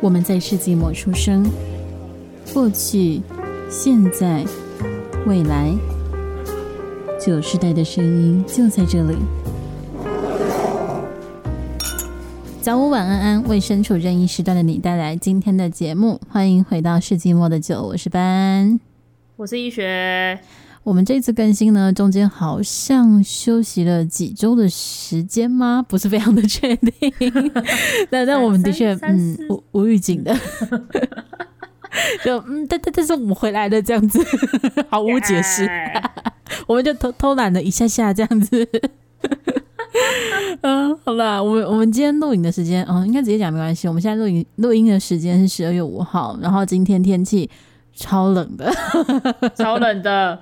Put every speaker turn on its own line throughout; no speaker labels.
我们在世纪末出生，过去、现在、未来，九世代的声音就在这里。早午晚安安，为身处任意时段的你带来今天的节目，欢迎回到世纪末的九，我是班安。
我是医学，
我们这次更新呢，中间好像休息了几周的时间吗？ 不是非常的确定。 但但我们的确，
三
嗯
三，四嗯
无无预警的， 就嗯，但但但是我们回来了，这样子 毫无解释。
哎
我们就偷偷懒了一下下这样子。 嗯，好啦，我们我们今天录影的时间，嗯，应该直接讲没关系。我们现在录影录音的时间是十二月五号，然后今天天气超冷的，
超 冷的，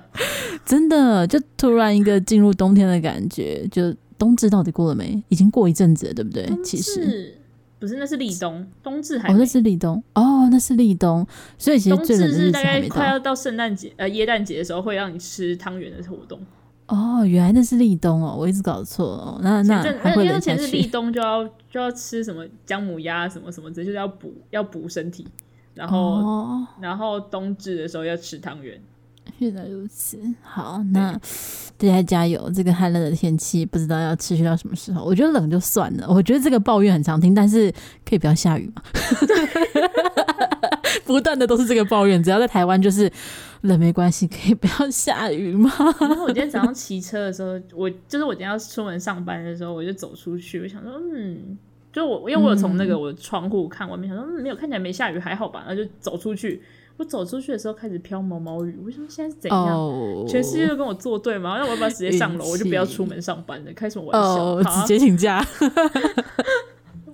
真的就突然一个进入冬天的感觉。就冬至到底过了没？已经过一阵子了，对不对？哎其实
是不是那是立冬，冬至还
哦，
没
那是立冬哦，那是立冬，所以其实
冬
最冷
至
的日
是
子
大
还
概
没到
快。要到圣诞节呃耶诞节的时候会让你吃汤圆的活动。
哦，原来那是立冬哦，我一直搞错了哦。那那
前阵
还
那
会
因为
冷下
前是立
去。
冬就要就要吃什么姜母鸭什么什么之类，就是要补要补身体。然后、
哦，
然后冬至的时候要吃汤圆，
原来如此，好，那大家加油！这个寒冷的天气不知道要持续到什么时候。我觉得冷就算了，我觉得这个抱怨很常听，但是可以不要下雨嘛。 不断的都是这个抱怨，只要在台湾就是冷没关系，可以不要下雨吗？
然后我今天早上骑车的时候，我就是我今天要出门上班的时候，我就走出去，我想说，嗯，就我因为我有从那
嗯
个我的窗户看外面，想说嗯没有看起来没下雨，还好吧，然后就走出去。我走出去的时候开始飘毛毛雨，我想说现在是怎样？
哦，
全世界都跟我作对吗？那我要不要直接上楼？
运气
我就不要出门上班了，开什么玩笑？
哦，
啊
直接请假，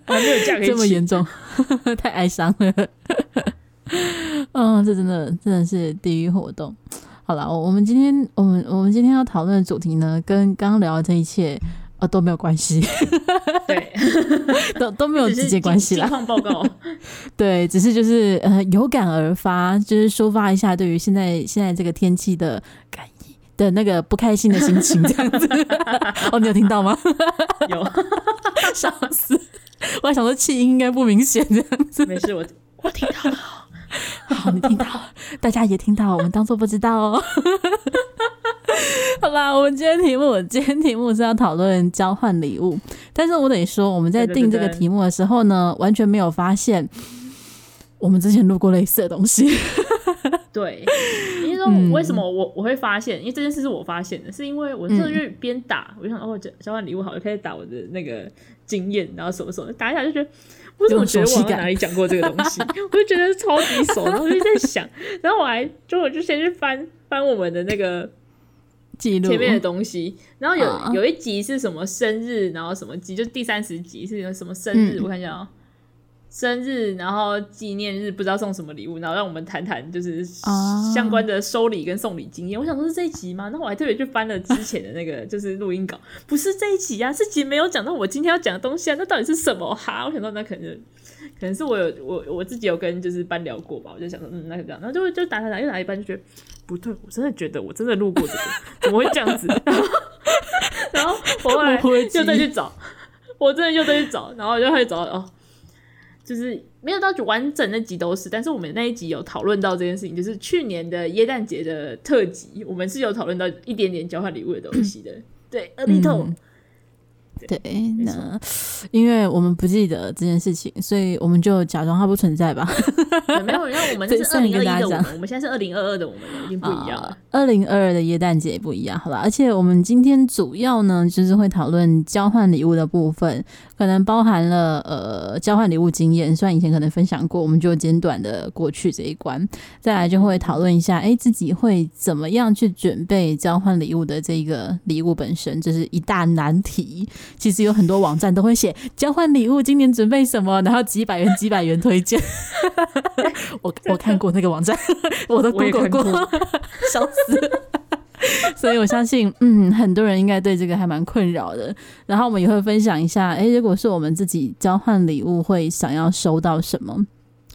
我还没有假可以
这么
请
严重， 太哀伤了。嗯，这真的真的是地狱活动。好了，我我们今天我们我们今天要讨论的主题呢，跟刚刚聊的这一切呃都没有关系，
对，
都都没有
只是
直接关系
近
啦
近。况报告，
对，只是就是呃有感而发，就是抒发一下对于现在现在这个天气的感应的那个不开心的心情，这样子。 哦，你有听到吗？
有
笑死！ 我还想说气音应该不明显这样子。
没事，我我听到了，
好，你听到 了，大家也听到了，我们当做不知道哦。 好啦，我们今天题目，我今天题目是要讨论交换礼物，但是我得说，我们在定这个题目的时候呢，完全没有发现我们之前录过类似的东西。
对， 因为说为什么我我会发现，因为这件事是我发现的，是因为我这月边打，我就想哦，交交换礼物好，就开始打我的那个经验，然后什么什么，打一打就觉得。我怎么觉得我好像哪里讲过这个东西？我就觉得超级熟，然后我就在想，然后我还就我就先去翻翻我们的那个
记录嗯
前面的东西，然后有、
啊
有一集是什么生日，然后什么集，就第三十集是有什么生日，
嗯
我看一下啊、生日，然后纪念日，不知道送什么礼物，然后让我们谈谈就是
啊
相关的收礼跟送礼经验。我想说是这一集吗？那我还特别去翻了之前的那个 就是录音稿，不是这一集啊，这集没有讲到我今天要讲的东西啊，那到底是什么哈？我想到那可能就可能是我有我我自己有跟就是班聊过吧，我就想说嗯那就这样，然后就就打打打，又打一半就觉得不对，我真的觉得我真的路过这个，怎么会这样子？ 然后然后我后来
模糊的记忆
又再去找，我真的又再去找，然后就会找到哦，就是没有到完整的集都是，但是我们那一集有讨论到这件事情，就是去年的耶诞节的特辑，我们是有讨论到一点点交换礼物的东西的，对，a little，、
嗯对，
没错
那因为我们不记得这件事情，所以我们就假装它不存在吧。
对没有，因 为我们这是二
顺
零
便跟大家
二一的我
讲
们，我们现在是二零二二的我们了，已
啊
经不一样了。
二零二二的耶诞节不一样，好吧？而且我们今天主要呢，就是会讨论交换礼物的部分，可能包含了呃交换礼物经验，虽然以前可能分享过，我们就简短的过去这一关。再来就会讨论一下，哎，自己会怎么样去准备交换礼物的这一个礼物本身，这是一大难题。其实有很多网站都会写交换礼物今年准备什么，然后几百元几百元推荐。我我看过那个网站， 我都
我也
Google 过
看，
笑死。所以我相信，嗯，很多人应该对这个还蛮困扰的。然后我们也会分享一下，诶，如果是我们自己交换礼物，会想要收到什么？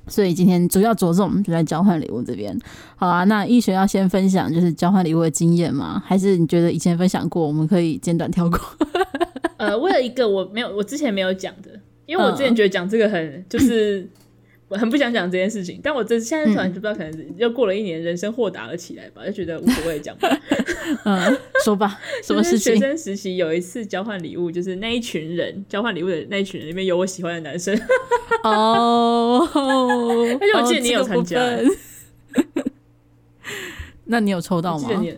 所以今天主要着重就在交换礼物这边。好啊，那医学要先分享就是交换礼物的经验吗？还是你觉得以前分享过，我们可以简短跳过？
呃，我有一个我没有，我之前没有讲的，因为我之前
嗯
觉得讲这个很就是 我很不想讲这件事情，但我这现在
嗯
突然就不知道，可能是又过了一年，人生豁达了起来吧，就觉得无所谓讲 吧。
嗯， 说吧，什么
就是
事情
学？生时期有一次交换礼物，就是那一群人交换礼物的那一群人里面有我喜欢的男生，
哦，而
而且我记得你有参加
那你有抽到
我记
吗
得？你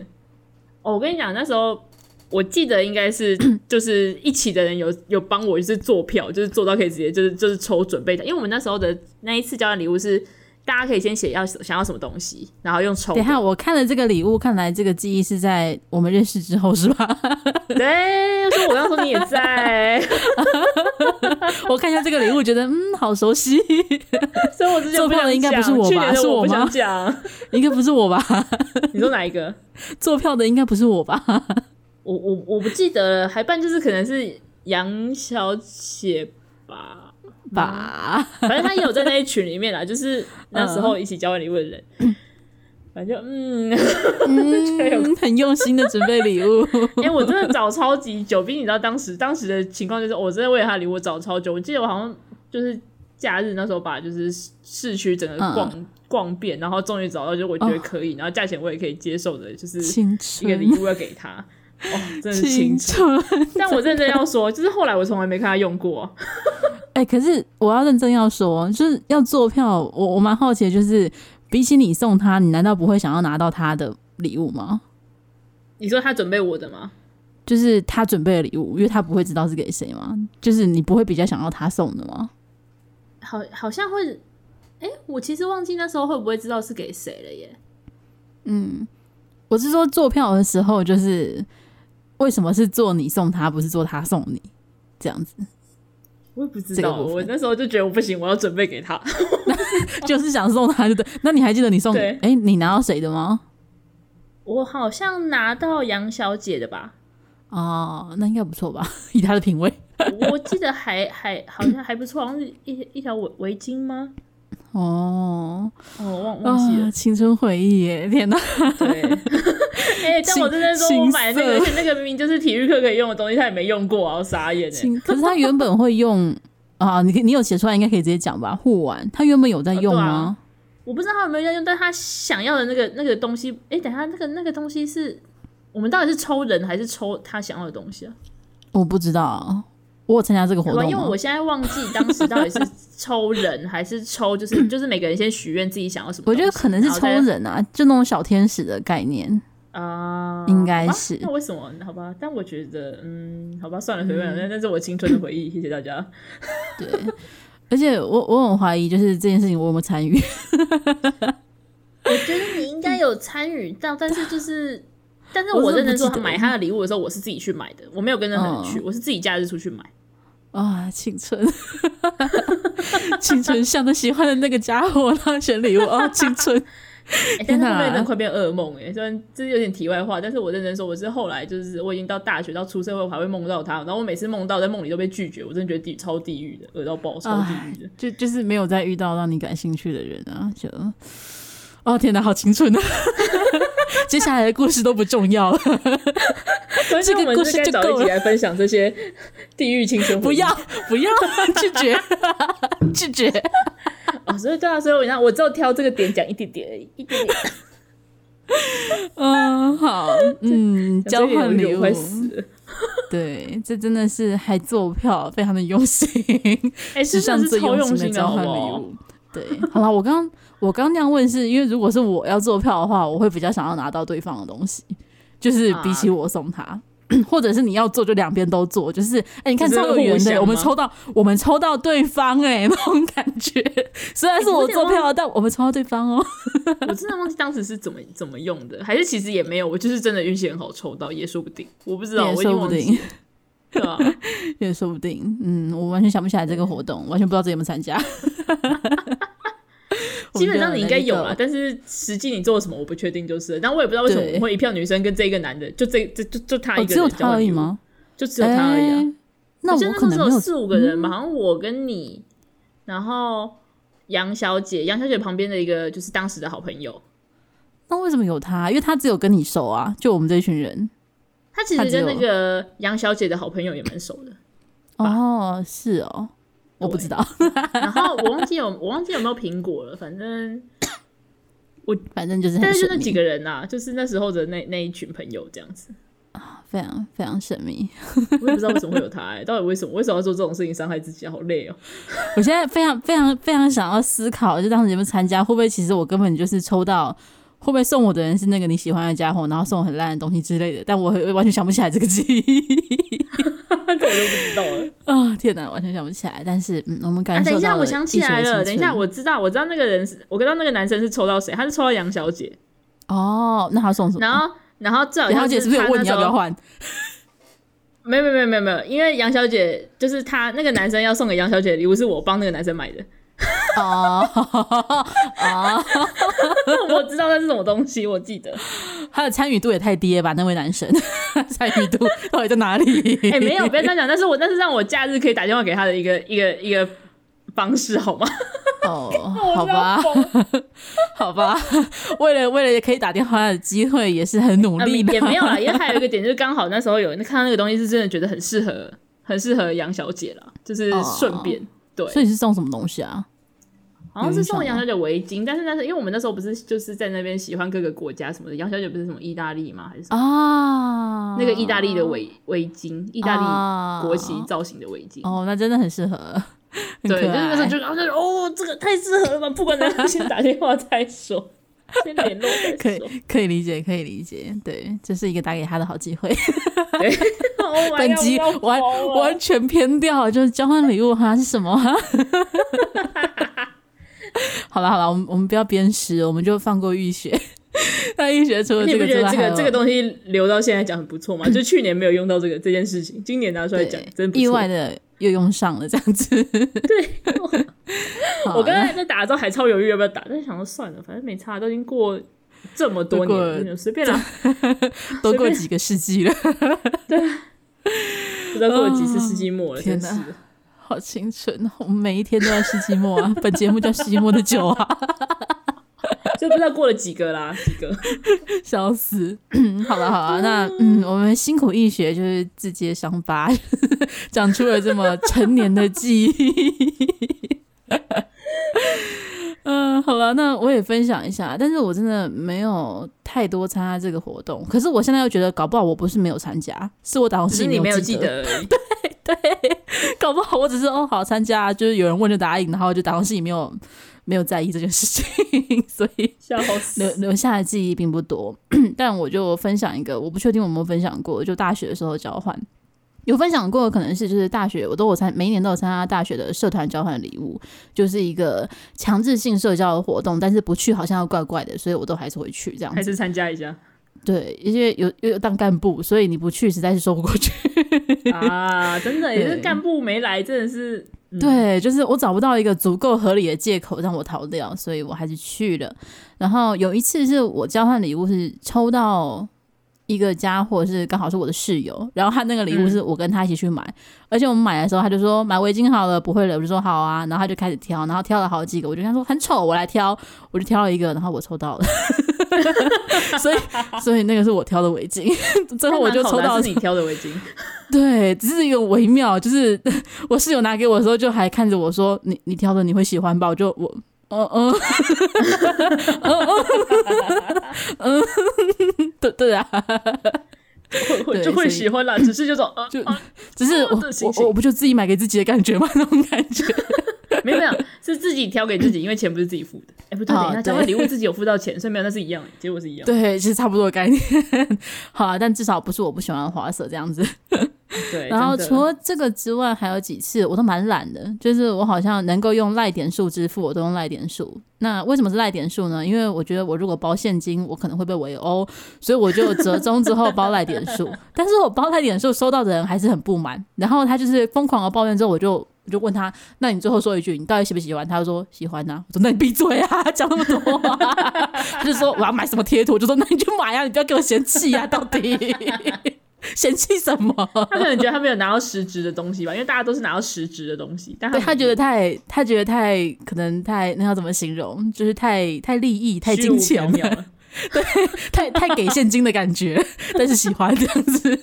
哦，我跟你讲，那时候我记得应该 是就是一起的人有有帮我，就是做票，就是做到可以直接就是就是抽准备的，因为我们那时候的那一次交换礼物是大家可以先写要想要什么东西，然后用抽
等一
的。
下，我看了这个礼物，看来这个记忆是在我们认识之后，是吧？
对，所以我刚说你也在，
我看一下这个礼物，觉得嗯，好熟悉，
所以我之前
做
不
票
想
的应该不
讲
是我
去
吧
年的
是我
我不
吗
想 讲，
应该不是我吧？
你说哪一个？
做票的应该不是我吧？
我我我不记得了，还办就是可能是杨小姐吧，
吧？
反正她也有在那一群里面啦，就是那时候一起交换礼物的人。反正嗯，
嗯，很用心的准备礼物。
哎、我真的找超级久，毕竟你知道当时当时的情况就是，哦我真的为了他礼物找超久。我记得我好像就是假日那时候把就是市市区整个逛、逛遍，然后终于找到，就我觉得可以，然后价钱我也可以接受的，就是
青
一个
春
礼，物要给他。哦，真的是
青
青春！
春。
但我认真要说，就是后来我从来没看他用过。
哎、可是我要认真要说，就是要做票，我我蛮好奇的，就是比起你送他，你难道不会想要拿到他的礼物吗？
你说他准备我的吗？
就是他准备的礼物，因为他不会知道是给谁吗？就是你不会比较想要他送的吗？
好，好像会。哎、我其实忘记那时候会不会知道是给谁了耶？
我是说做票的时候，就是为什么是做你送他，不是做他送你这样 子？
我也不知
这
道，
个部分
我那时候就觉得我不行，我要准备给他。
就是想送他就对。那你还记得你送
对
哎、你拿到谁的吗？
我好像拿到杨小姐的 吧，
哦，那应该不错吧？ 以他的品味，
我记得还还好像还不错，好像是一一条围围巾吗？
哦，
哦，我忘忘记了
啊，。青春回忆耶！天哪，
啊 对，哎、但我真的说，
青
我买那个，而
青
且那个明明就是体育课可以用的东西，他也没用过啊，我傻眼哎。
请可是他原本会用啊，你你有写出来，应该可以直接讲吧？护腕，他原本有在用
哦啊
吗？
我不知道他有没有在用，但他想要的那个那个东西，哎、等一下那个那个东西是我们到底是抽人还是抽他想要的东西啊？
我不知道，我有参加这个活
好吧，
动
啊因为
吗
我？现在忘记当时到底是抽人还是 抽，就是就是每个人先许愿自己想要什么
我
东
觉
西。
得可能是抽
然后
人啊，就那种小天使的概念。
再啊，
应该
好吧
是
那为什么？好吧，但我觉得，嗯，好吧，算了，随便了，那、那是我青春的回忆，谢谢大家。
对，而且我我很怀疑，就是这件事情我有没有参与？
我觉得你应该有参与到，但是就是，但是
啊我
我
真
认
的不记
真说，
得哦
他买他的礼物的时候，我是自己去买的，我没有跟任何人去，我是自己假日出去买。
啊，青春， 青春像他喜欢的那个家伙，他选礼物哦，青春。
欸、
天
但是
哪
后面真的快变噩梦哎、欸，虽然这有点题外话，但是我认真说，我是后来就是我已经到大学到出社会，我还会梦到他，然后我每次梦到在梦里都被拒绝，我真的觉得地超地狱的，恶到爆，超地狱的。
就就是没有再遇到让你感兴趣的人啊，就哦天哪，好青春啊！ 接下来的故事都不重要了，
所以
哎这个
我们
故事
该
就
找
够
一集
了
来分享这些地狱青春回忆。
不要不要 拒绝拒绝。
哦，所以对啊，所以我想我只有挑这个点讲一点点而已，一点点。
嗯，好，嗯，交换
所以
礼
我
物
快，死了。
对，这真的是还做票，非常的用心，
哎、
史
真
上
的是
最
超
心
用
的
心的
交
好
换
不
礼
好？
物。对， 好了，我刚我刚那样问是，因为如果是我要做票的话，我会比较想要拿到对方的东西，就是
啊
比起我送他，或者是你要做就两边都做，就是哎、你看
就是
超有缘
互相
的，
吗
我们抽到我们抽到对方哎、 那种感觉，虽然是
哎
我
啊
做票，啊但我们抽到对方哦、
我真的忘记当时是怎么怎么用的，还是其实也没有，我就是真的运气很好抽到，也说不定，我不知道，
也
啊我已经
说不
忘
定
记了。对啊，
也说不定。嗯，我完全想不起来这个活动，完全不知道自己有没有参加。
基本上你应该有啦，
了，
但是实际你做了什么我不确定，就是了，但我也不知道为什么
对
我会一票女生跟这个男的，就这这就就他
哦，
一个
只有
人
他
交
而
换
已
礼物，
吗？
就只有他而已啊。
哎那
记得
我可
那时
能没
候有
有嗯
四五个人嘛，好像我跟你，然后杨小姐，杨小姐旁边的一个就是当时的好朋友，
那为什么有他？因为他只有跟你熟啊，就我们这一群人。
她其
她
实
只
跟
有
啊那个杨小姐的好朋友也蛮熟的。吧
哦，是哦，我不知道，
然后我忘记有我忘记有没有苹果了，反 正
反正就是很
但是就
神
那几
秘，
个人呐、啊，就是那时候的那那一群朋友这样子，
非常非常神秘。
我也不知道为什么会有他、欸，到底为什么为什么要做这种事情伤害自己啊，好累哦、
我现在非常非常非常想要思考，就当时有没有参加，会不会其实我根本就是抽到，会不会送我的人是那个你喜欢的家伙，然后送我很烂的东西之类的，但我完全想不起来这个记忆
这我就不知道了。
啊！天哪，完全想不起来。但是嗯，我们感
啊，
受到、
等一下，我想起来了，等一下，
我
我知道，我知道那个人是，我知道那个男生是抽到谁，他是抽到杨小姐，
哦，那他送什么？
然后然后最好
杨小
像
姐是不是有
他
问
那
你
时
要不要
候
换？
没有没有没有没有没有，因为杨小姐就是她那个男生要送给杨小姐的礼物是我帮那个男生买的，
哦哦，
我知道那是什么东西，我记得。
他的参与度也太低了吧？那位男神 参与度到底在哪里？
哎、没有，不要这样讲，但是我但是让我假日可以打电话给他的一个一个一个方式好吗？
哦，好吧，好吧，为了为了可以打电话的机会，也是很努
啊
力的。
也没 有啦，因为还有一个点就是刚好那时候有看到那个东西是真的觉得很适合，很适合杨小姐啦，就是
哦
顺便、对，
所以是送什么东西啊？
好像是
有
送
印象
杨
吗
小姐围巾，但是但是因为我们那时候不是就是在那边喜欢各个国家什么的，杨小姐不是什么意大利吗？还是什么
啊，
那个意大利的围围巾，意
意
大利国旗造型的围巾。
哦，那真的很适合，很
啊对，
可
就是那时候
爱
就然后就哦，这个太适合了吧，不管怎样先打电话再说，先联络
可
再说。
以可以理解，可以理解，对，这是一个打给他的好机会。
Oh my god，
本集
我要疯
完
了
完全偏掉，就是交换礼物哈是什 么哈？好了好了，我们我们不要鞭尸，我们就放过浴 血。那浴血除了
你
这
不
个
觉
之
得
外，
这
还
个
有
这个东西留到现在讲很不 错吗？就去年没有用到这个这件事情，今年拿出来
对
讲真不错
意外。的又用上了这样子。
对，
好
我刚
那
才在打的时候还超犹豫要不要打，但是想说算了，反正没差，都已经过这么多年
都
了，随便啦，
都
随
过
便
几个世纪了，
不知道过了几次世纪末了，
天
真
哪
是的。
好青春哦！我们每一天都要世纪末啊，本节目叫世纪末的酒啊，
就不知道过了几个啦，几 个。
笑 死。好了好了，那嗯，我们辛苦一学就是自揭伤疤， 长出了这么陈年的记忆。 嗯，好了，那我也分享一下，但是我真的没有太多参加这个活动，可是我现在又觉得，搞不好我不是没有参加，是我打从
只是
心
你
里
没有
记
记
得
得而已。
对，搞不好我只是哦好参加，就是有人问就答应，然后就打从心里没有没有在意这件事情， 所以
笑
留
死！
留下的记忆并不多。 但我就分享一个，我不确定我有没有分享过，就大学的时候交换。有分享过，可能是就是大学，我都有参，每一年都有参加大学的社团交换礼物，就是一个强制性社交的活动，但是不去好像要怪怪的，所以我都还是会去这样
还
子。
是参加一下
对，因为有又有当干部，所以你不去实在是说不过去。
啊！真的，也是
对
干部没来，真的是嗯
对，就是我找不到一个足够合理的借口让我逃掉，所以我还是去了。然后有一次是我交换礼物是抽到一个家伙是刚好是我的室友，然后他那个礼物
嗯
是我跟他一起去买，而且我们买的时候他就说买围巾好了，不会了，我就说好啊，然后他就开始挑，然后挑了好几个，我就跟他说很丑，我来挑，我就挑了一个，然后我抽到了， 所以 所以那个是我挑的围巾， 最后我就抽
还蛮好
到
的是你挑的围巾，
对，只是一个微妙，就是我室友拿给我的时候，就还看着我说：“你你挑的你会喜欢吧？”我就我。嗯嗯，嗯嗯，嗯，对对啊，
会会
对
就
所
会
以
喜欢啦。只是就种呃，
就
啊
只是我
哦对行
我我不就自己买给自己的感觉吗？那种感觉，
没有没有，是自己挑给自己，因为钱不是自己付的。哎，不对，
哦
等一下
对
交换礼物自己有付到钱，所以没有，那是一样，结果是一样。
对，其实差不多的概念。好啊，但至少不是我不喜欢的花色这样子。
对，
然后
真的
除了这个之外，还有几次我都蛮懒的，就是我好像能够用赖点数支付，我都用赖点数。那为什么是赖点数呢？因为我觉得我如果包现金，我可能会被围殴，所以我就折中之后包赖点 数。但是我包赖点数收到的人还是很不满，然后他就是疯狂的抱怨之后，我就。我就问他，那你最后说一句，你到底喜不喜欢？他就说喜欢呐、我说那你闭嘴啊，讲那么多、啊。他就说我要买什么贴图，我就说那你去买啊，你不要给我嫌弃啊，到底 嫌弃什么？
他可能觉得他没有拿到实质的东西吧，因为大家都是拿到实质的东西，但
对他觉得
得
太，他觉得太，可能太，那要怎么形容？就是太太利益、太金钱 了、
了。
太太给现金的感觉，但是喜欢这样子。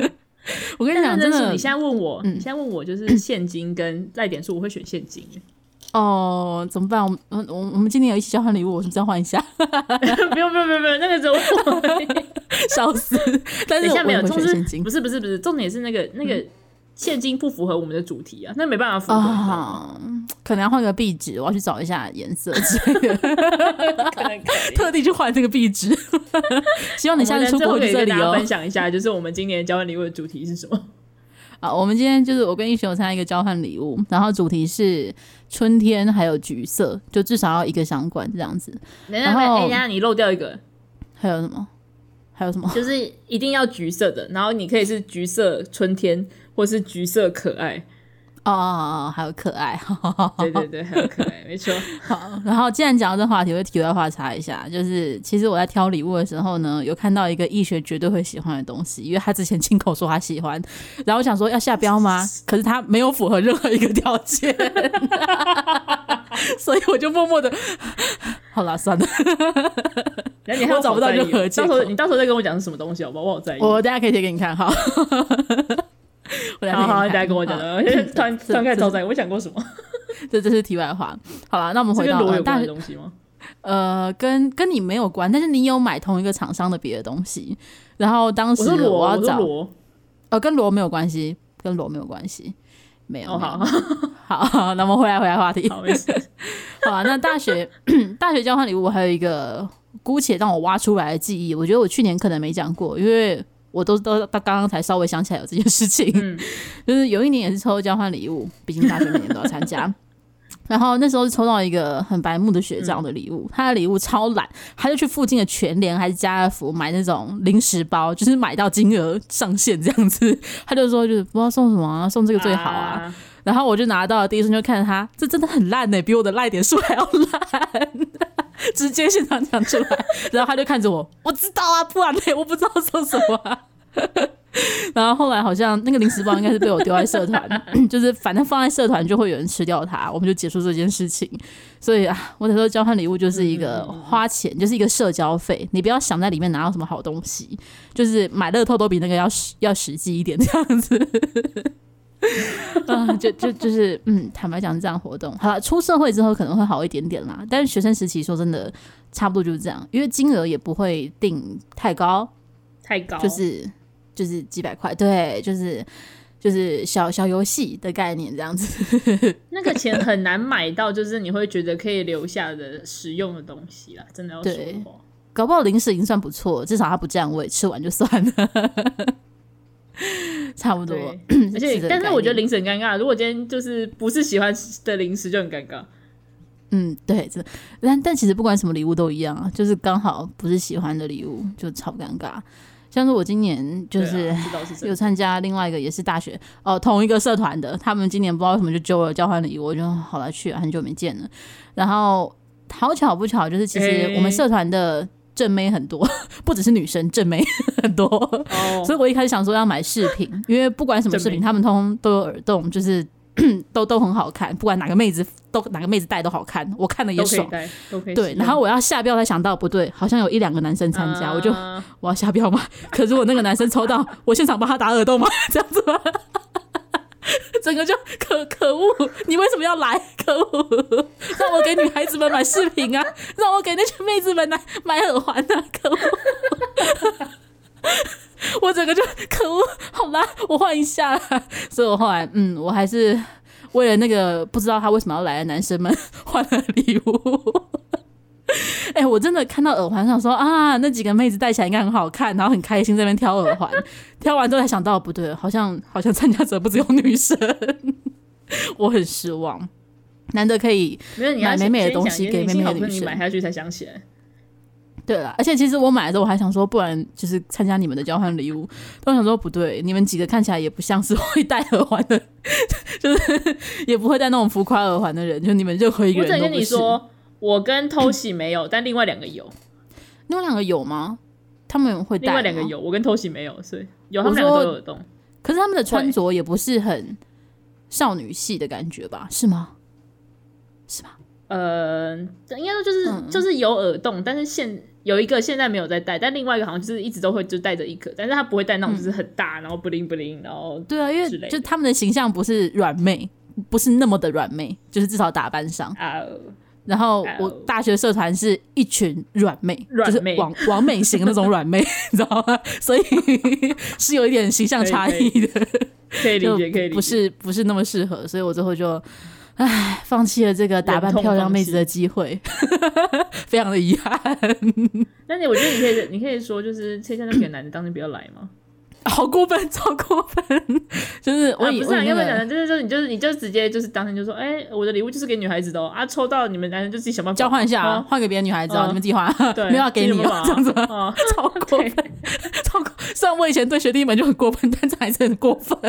我跟你讲，
但
真
是
的
你现在问我，
嗯
你现在问我就是现金跟赖点数，我会选现金。
哦，怎么办？我们我我我们今年有一起交换礼物，我是不是要换一下？
没有没有没有没有，那个时候我
笑死！但
等
是
一
我
下没有，
也会
总
选
之
现金嗯
不是不是不是，重点是那个那个现金不符合我们的主题啊，那没办法符合。
啊，可能要换个壁纸，我要去找一下颜 色之类的，
可能可 以
特地去换这个壁纸。 希望你下次出国
我
会
们
去这
最后可以跟
里
大家
哦
分。享一下，就是我们今年交换礼物的主题是什么？
啊，我们今天就是我跟一雄参加一个交换礼物，然后主题是春天还有橘色，就至少要一个相关这样子。
等
然后
哎，等一下你漏掉一个，
还有什么？还有什么？
就是一定要橘色的，然后你可以是橘色春天，或是橘色 可爱。
哦哦哦，哦还有可爱。
对对对，很可爱，没错。
好，然后既然讲到这话题，我就题外话插一下，就是其实我在挑礼物的时候呢，有看到一个易学绝对会喜欢的东西，因为他之前亲口说他喜欢，然后我想说要下标 吗？可是他没有符合任何一个条件， 所以我就默默的， 好啦，算了，
然后你还要
我找不到
好在意
任何
哦
借
到
口
时候你到时候再跟我讲是什么东西，好不好？我好在意。
我大家可以贴给你看，好， 我来
好好，
大
大家
家
跟我讲，我现在 突然突然开始招在意，我讲过什么？
这这是题外话。好了，那我们
是
回
跟
到
罗有
呃大
关的东西吗？
呃，跟跟你没有关，但是你有买同一个厂商的别的东西。然后当时
我说罗，
要
我说
找，
罗。
呃，跟罗没有关系，跟罗没有关系，没有。
哦，
没有
好，
好，好，那我们回来回来话题。
好，没事。
好啊，那大学 大学交换礼物还有一个，姑且让我挖出来的记忆，我觉得我去年可能没讲过，因为我都都到刚刚才稍微想起来有这件事情。
嗯
就是有一年也是抽交换礼物，毕竟大学每年都要参加。 然后那时候是抽到一个很白目的学长的礼物，他的礼物超懒，他就去附近的全联还是家乐福买那种零食包，就是买到金额上限这样子。 他就说就是不知道送什么、啊，送这个最好啊。
啊。
然后我就拿到了第一瞬间就看着他，这真的很烂呢、比我的赖点数还要烂， 直接现场讲出来。然后他就看着我，我知道啊，不然呢，我不知道说什么啊、 然后后来好像那个零食包应该是被我丢在社团， 就是反正放在社团就会有人吃掉它，我们就结束这件事情。所以啊，我得说交换礼物就是一个花钱，就是一个社交费，你不要想在里面拿到什么好东西，就是买乐透都比那个要实要实际一点这样子。 啊，就就就是，嗯，坦白讲，这样活动好了，出社会之后可能会好一点点啦。但是学生时期说真的，差不多就是这样，因为金额也不会定太高，
太高，
就是就是几百块，对，就是就是小小游戏的概念这样子。
那个钱很难买到，就是你会觉得可以留下的实用的东西啦。真的要说哦
对
的话，
搞不好零食已经算不错，至少它不占位，吃完就算了， 差不多。 吃
而且
的
但是
概
我觉得
念
零食很尴尬。如果今天就是不是喜欢吃的零食就很尴尬。
嗯，对，这但但其实不管什么礼物都一样啊，就是刚好不是喜欢的礼物就超尴尬。像是我今年就是、
对啊知道是真
有
的。
参加另外一个也是大学哦同一个社团的，他们今年不知道为什么就揪了交换礼物，我就哦好来去啊，很久没见了。然后好巧不巧，就是其实
诶
我们社团的正妹很多， 不只是女生，正妹 很多。
哦，
所以我一开始想说要买饰品，因为不管什么饰
正
品，
妹
他们通通都有耳洞，就是 都都很好看，不管哪个妹子都哪个妹子戴都好看，我看了也
都可以
爽。
带，都可以使用。
对，然后我要下标才想到不对，好像有一两个男生参加，我就
啊
我要下标吗？ 可如果那个男生抽到， 我现场帮他打耳洞吗？ 这样子吗？整个就可可恶！你为什么要来？ 可恶！让我给女孩子们买饰品啊， 让我给那群妹子们来买耳环啊！可恶！ 我整个就可恶，好吧，我换一下啦。所以我后来，嗯，我还是为了那个不知道他为什么要来的男生们换了礼物。 哎、我真的看到耳环，想说啊，那几个妹子戴起来应该很好看，然后很开心在那边挑耳环，挑完之后才想到不对，好像好像参加者不只有女生， 我很失望。难得可以
没有你要
买
先
美美的
先
东
想
西
先
给
你
美
幸
美
好
的
不
女
是你
生
买下去才想起来，
对了，而且其实我买的时候我还想说，不然就是参加你们的交换礼物，但我想说不对，你们几个看起来也不像是会戴耳环的， 就是也不会戴那种浮夸耳环的人，就你们任何一个
我只
人
能
都
跟
不
你
是。
说，我跟偷喜没有，但另外两个有，
另外两个有吗？他们会戴？
另外两个，有，我跟偷喜没有，所以有他
我
们两个
说
都有耳洞。
可是他们的穿着也不是很少女系的感觉吧？是吗？
呃，应该说就是、
嗯
就是有耳洞，但是现有一个现在没有在戴，但另外一个好像就是一直都会就戴着一颗，但是他不会戴那种
嗯
就是很大，然后不灵不灵，然后
对啊，因
之
为
类
就
的
他们的形象不是软妹，不是那么的软妹，就是至少打扮上。
啊、
然后
哎呦
我大学社团是一群软妹，
软
就是
妹
王王美型的那种软妹， 你知道吗？所以是有一点形象差异的，
可以理
就
解，可以理解。
不是不是那么适合，所以我最后就。唉，放弃了这个打扮
忍痛
漂亮
放
妹子
弃
的机会， 非常的遗憾。
那你我觉得你可以，你可以说就是切下那几个男的当天不要来嘛。
好过分，超过分！就是我
啊
以、
不是
哦我
啊，
以
要不
那个
然讲的就是说你就是你就直接就是当天就说，哎、我的礼物就是给女孩子的哦，啊，抽到你们男人就自己想办法
交换一下啊
哦，
换、给别的女孩子啊，
嗯
你们自己换啊，
对，
没有要给
自
你
己
啊，
想
这样子
办
吗？
法啊。
超 过分，
对
超过！虽然我以前对学弟们就很过分，但这还是很过分。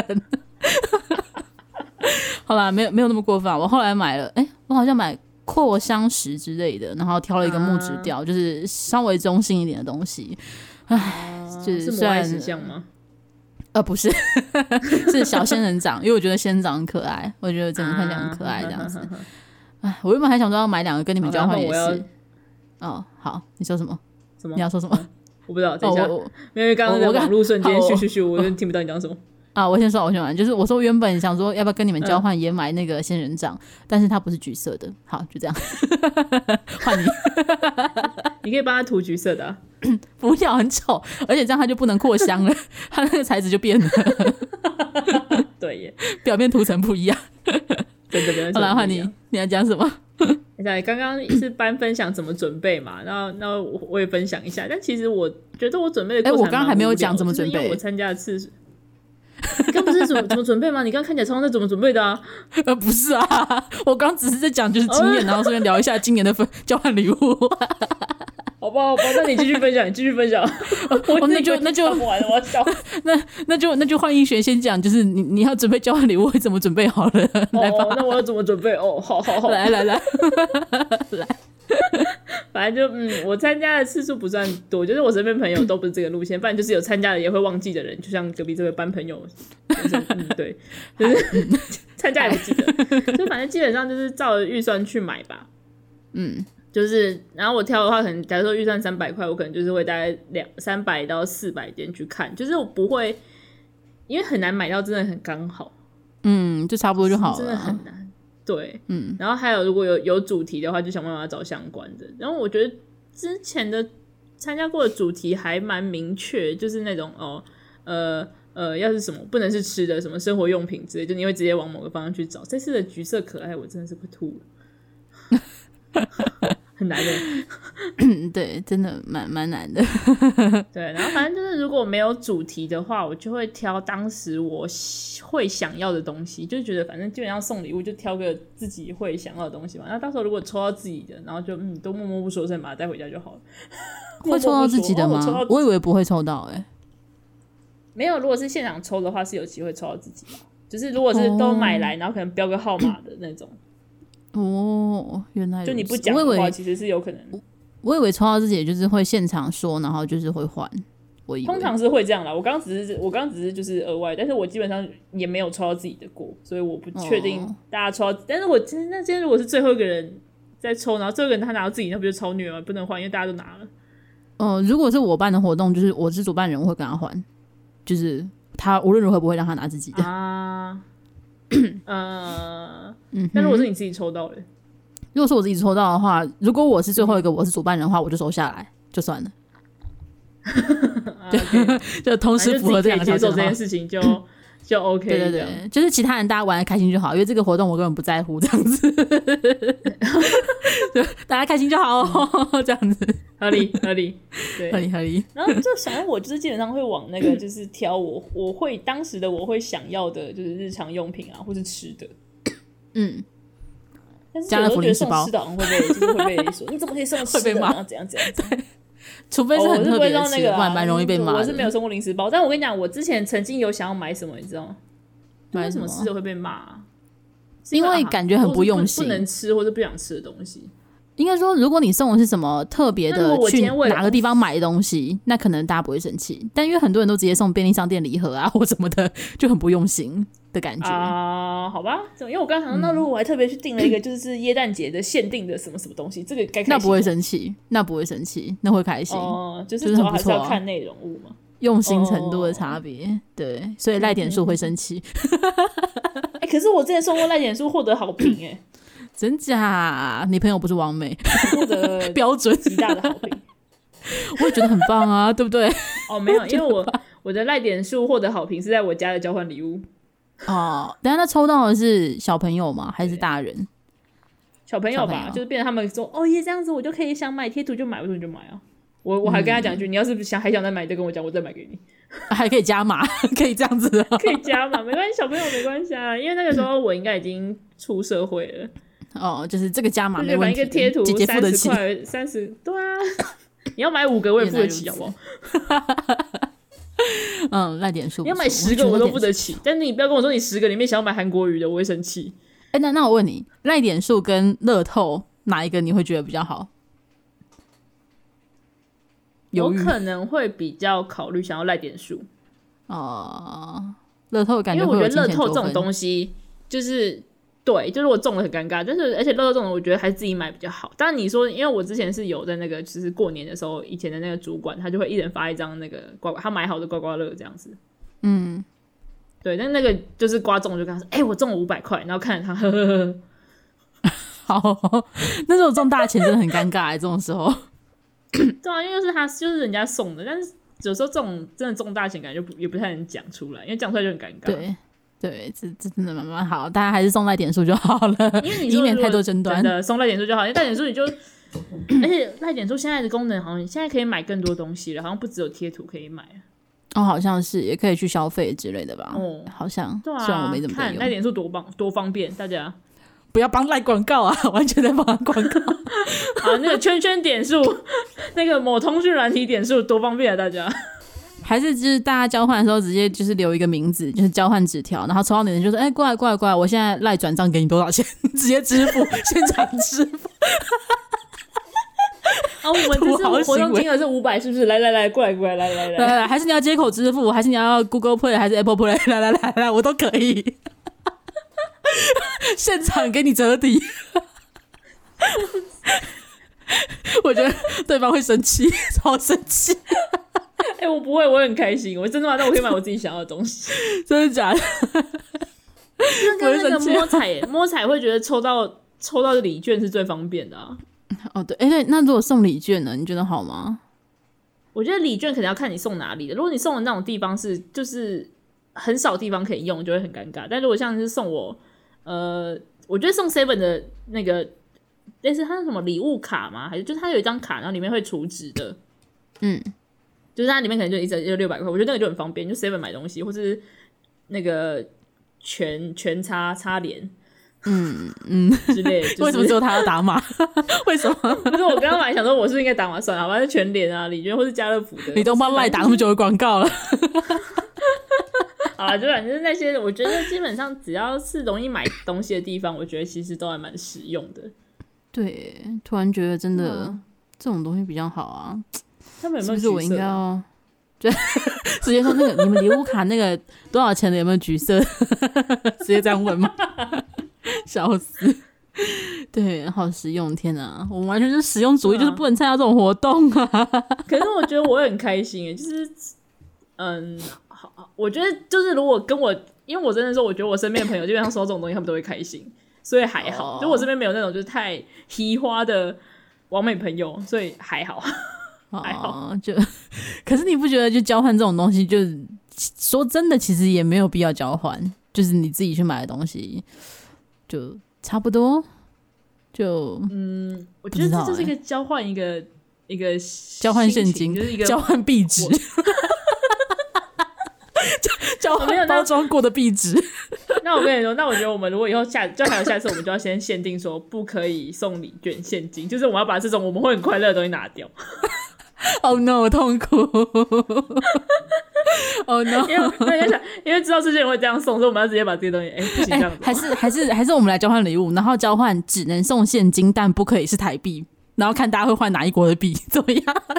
好啦，没有没有那么过分、啊。我后来买了，哎、我好像买扩香石之类的，然后挑了一个木质
啊
调，就是稍微中性一点的东西。
哦
就是
是
虽
摩爱
然
石像吗？
呃，不是， 是小仙人掌，因为我觉得仙人掌很可爱，我觉得整个看起来很可爱这样子。
啊。
哎，我原本还想说要买两个跟你们
好
交
然
换
后
也
我要
是。哦，好，你说什么？
什么
你？要说什么？
我不知道，等
哦，
一下，
我我
因为刚刚那
我
个
刚
网络瞬间
好我
咻咻咻，我就听不到你讲什么。
啊，我先说，我先完，就是我说原本想说要不要跟你
嗯
们交换也买那个仙人掌，但是它不是橘色的。好，就这样， 换你。
你可以帮他涂橘色的啊，
不要很丑，而且这样它就不能扩香了， 它那个材质就变了，
对耶，
表面涂层不一样。
真的不要。
好
真的
啦，
不
换
一样
你，你要讲什么？
对，刚刚是班分享怎么准备嘛，那那我我也分享一下，但其实我觉得我准备的
哎
过程
我刚刚
蛮
还没有
无聊
讲怎么
就是因为
准备
我参加的次数。你刚不是怎么怎么准备吗？你刚看起来超像在怎么准备的啊？
呃，不是啊，我刚只是在讲就是经验，
哦
然后顺便聊一下今年的分交换 礼物。
好吧，好吧，那你继续分享，你继续分享。我
哦那就那就
不完了，我要笑。
那就那就换一璇先讲，就是你你要准备交换礼物会怎么准备好了？ 来吧
哦，，那我要怎么准备？哦，好好好，
来来来，
反正就嗯，我参加的次数不算多，就是我身边朋友都不是这个路线，不然就是有参加的也会忘记的人，就像隔壁这位班朋友，就是嗯，对，就是 参加也不记得，就反正基本上就是照着预算去买吧。
嗯，
就是，然后我挑的话，可能假如说预算三百块，我可能就是会大概两三百到四百间去看，就是我不会，因为很难买到真的很刚好，
嗯，就差不多就好
真
了
的
啊。
很难。对，
嗯，
然后还有如果有有主题的话，就想办法找相关的。然后我觉得之前的参加过的主题还蛮明确，就是那种哦，呃呃，要是什么不能是吃的，什么生活用品之类，就你会直接往某个方向去找。这次的橘色可爱，我真的是快吐了， 很难的。欸
嗯， 对，真的蛮蛮难的。
对，然后反正就是如果没有主题的话，我就会挑当时我喜会想要的东西，就觉得反正基本上送礼物就挑个自己会想要的东西嘛。那到时候如果抽到自己的，然后就嗯都默默不说声，把它带回家就好了。
会抽到自己的
默
吗
默不说哦我抽到？自己
我以为不会抽到、欸，哎，
没有，如果是现场抽的话，是有机会抽到自己的。就是如果是都买来，然后可能标个号码的那种，
哦，原来如此
就你不讲
我以
的话，
为
其实是有可能。
我以为抽到自己也就是会现场说，然后就是会换。我以为
通常是会这样啦。我刚刚只是我刚刚只是就是额外，但是我基本上也没有抽到自己的过，所以我不确定
哦
大家抽到。但是我今天那今天如果是最后一个人在抽，然后最后一个人他拿到自己，那不就超虐吗？不能换，因为大家都拿了。
呃，如果是我办的活动，就是我是主办人，我会跟他换，就是他无论如何不会让他拿自己的。
啊， 呃，
嗯哼，
那如果是你自己抽到了，
如果是我自己抽到的话，如果我是最后一个，我是主办人的话，我就收下来就算了，
啊 ，OK，
就同
反正
时
就
符合
自己
这两
可以
个
接
条件
受这
的话
件。事情就就 OK
对对
这样
对，就是其他人大家玩的开心就好，因为这个活动我根本不在乎这样 子，对，大家开心就好哦，这样子
合理合理，嗯 对
合理合理。
然后就想要我就是基本上会往那个就是挑我我会当时的我会想要的就是日常用品啊或是吃的，
嗯，
但是
加了
有时
福
候觉
林
得
斯
送
包
吃的好像会被就是会被说 你怎么可以送吃
会
的，
被骂
然后怎样怎样，怎样
除非是
哦我
很
是
特
不会
别的
让那
吃，
个
不
啊
然蛮容易被骂的。
我是没有送过零食包，但我跟你讲，我之前曾经有想要买什么，你知道吗？就
买
为什么
什么
吃的会被骂啊、是
因为
啊
感觉很
或是
不用
不
心
能吃或者不想吃的东西。
应该说，如果你送的是什么特别
那如
的
果我今
去
天为了
哪个地方买的东西，那可能大家不会生气。但因为很多人都直接送便利商店礼盒啊 或什么的，就很不用心的感觉。
啊、好吧，因为我刚刚想到，那如果我还特别去订了一个就是耶诞节的限定的什么什么东西，这个该开
嗯
心
那不会
吗
生气，那不会生气，那会开心。
哦、就
就是是
主
很
要
不
还是要
错啊
看内容物嘛。
用心程度的差别，对，所以赖点数会生气，
哎、可是我之前送过赖点书获得好评、
真假？你朋友不是王美，
哎， 获得
标准，
极大的好评。
我也觉得很棒 啊，对不对？
哦，没有，因为我我的赖点数获得好评是在我家的交换礼物，
哦，等一下那抽到的是小朋友吗？还是大人？
小朋友
小
吧，
朋友
就是变成他们说，哦耶，这样子我就可以想买贴图就买，我说你就买啊。我我还跟他
嗯
讲一句，你要是想还想再买，你再跟我讲，我再 买给你，
还可以加码， 可以这样子、啊
可以加嘛，没关系，小朋友没关系啊，因为那个时候我应该已经出社会了，
哦，哦，就是这个加码
就
没
是买
问
一
题
个，贴图
姐姐付
三
得
十
起。
块，三十，对啊，你要买五个我也付得起，
原来
好
如此
不好？
嗯，赖点数不错。
你要买十个
我
我
觉
都
赖点
付得起，但是你不要跟我说你十个里面想要买韩国语的，我会生气。
数。哎、那那我问你，赖点数跟乐透哪一个你会觉得比较好？
我
犹豫
可能会比较考虑想要赖点数，
哦，乐透感
因为
会
我
有
觉得
金
乐
钱
透
纠
这种
纷
东西就是对，就是我中了很尴尬，但是而且乐透这种我觉得还是自己买比较好。当然你说，因为我之前是有在那个就是过年的时候，以前的那个主管他就会一人发一张那个刮刮他买好的刮刮乐这样子，
嗯，
对，但那个就是刮中我就跟他说，哎、我中了五百块，然后看着他呵呵呵。
好，那时候中大钱真的很尴尬、欸，这种时候。
对啊，因为是他就是人家送的，但是有时候这种真的中大钱，感觉不也不太能讲出来，因为讲出来就很尴尬。，
对对，这这真的蛮蛮好，大家还是送赖点数就好了，
因为你
以
说
免
如
太
果
多争
真
端。
的送赖点数就好，因为赖点数你就，而且赖点数现在的功能好像现在可以买更多东西了，好像不只有贴图可以买了。
哦，好像是也可以去消费之类的吧？
哦
好像，
对
虽然我
啊
没怎，么在
看赖
用，
点数多棒多方便，大家。
不要帮赖广告啊， 完全在帮他广告。
啊，那个圈圈点数， 那个某通讯软体点数多方便啊，大家。
还是就是大家交换的时候，直接就是留一个名字，就是交换纸条，然后抽到你的人就说：“哎、过来过来过来，我现在赖转账给你多少钱， 直接支付，现场支付。
啊，我们这
土
次
豪
活
行
动
为
金额是五百，是不是？来来来，过来过来，来来”
来
来。
来来，还是你要接口支付，还是你要 Google Play，还是 Apple Play？来来来来，我都可以，现场给你折抵。我觉得对方会生气， 超生气，
哎、我不会，我很开心，我真的吗？那我可以买我自己想要的东西。
真的假的？
那跟那
我
个
会生气啊
摸彩 摸彩会觉得抽到抽到礼券是最方便的啊。
哦，对，哎、对，那如果送礼券呢？你觉得好吗？
我觉得礼券可能要看你送哪里的，如果你送的那种地方是就是很少地方可以用，就会很尴尬。但如果像是送我，呃，我觉得送 Seven 的那个类似它是什么礼物卡吗？还是就是它有一张卡，然后里面会储值的，
嗯，
就是它里面可能就一直就六百块，我觉得那个就很方便，就 Seven 买东西或是那个全全差差联，嗯嗯之类的，就是、
为什么只有他要打码？ 为什么？
不是我刚刚本来想说我是不是应该打麻算了，反正全联啊、李娟或是家乐福的，
你都帮赖打那么久的广告了，
啊，就反正那些，我觉得基本上只要是容易买东西的地方，我觉得其实都还蛮实用的。
对，突然觉得真
是
的
吗
这种东西比较好啊，
他们有
是
没有
不
橘
是我应
色的？
该要？ 就直接说那个你们礼物卡那个多少钱的有没有橘色？直接这样问吗？笑死！对，好实用，天哪，我们完全是实用主义，
对
就
啊
是不能参加这种活动啊！
可是我觉得我很开心耶，就是嗯，好，我觉得就是如果跟我，因为我真的说，我觉得我身边的朋友基本上收到这种东西，他们都会开心，所以还
哦
好。就我身边没有那种就是太提花的完美朋友，所以还好。 还好
哦，就可是你不觉得就交换这种东西，就是说真的，其实也没有必要交换，就是你自己去买的东西，就差不多，就
我
不
觉得
知道
这就是一
欸
个交换一个一个
交换现
心
金
情就是一个
交换壁纸
我。
交
没有
换
那
包装过的壁纸，
那我跟你说，那我觉得我们如果以后下就还有下次，我们就要先限定说不可以送礼券现金，就是我们要把这种我们会很快乐的东西拿掉。
Oh no，痛苦。oh no，
因为大家想，因为知道这些人会这样送，所以我们要直接把这些东西，哎、不行这
哎、
样子哦、
还是还是还是我们来交换礼物，然后交换只能送现金，但不可以是台币，然后看大家会换哪一国的币，怎么样？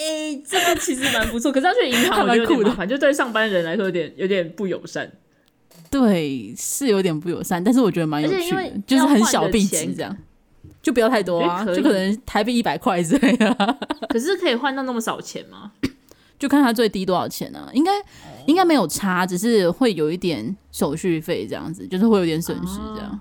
哎、这个其实蛮不错，可是要去银行，
还
我觉得
蛮
有点
酷的
麻烦，就对上班人来说有点有点不友善。
对，是有点不友善，但是我觉得蛮有
而且
趣
因
的
为，
就是
要
很
换
小
的
币值
钱
这样，就不要太多啊，
我觉得可
就可
以
能台币一百块之类的啊、
可是可以换到那么少钱吗？
就看它最低多少钱啊，应该
哦
应该没有差，只是会有一点手续费这样子，就是会有点损失这样。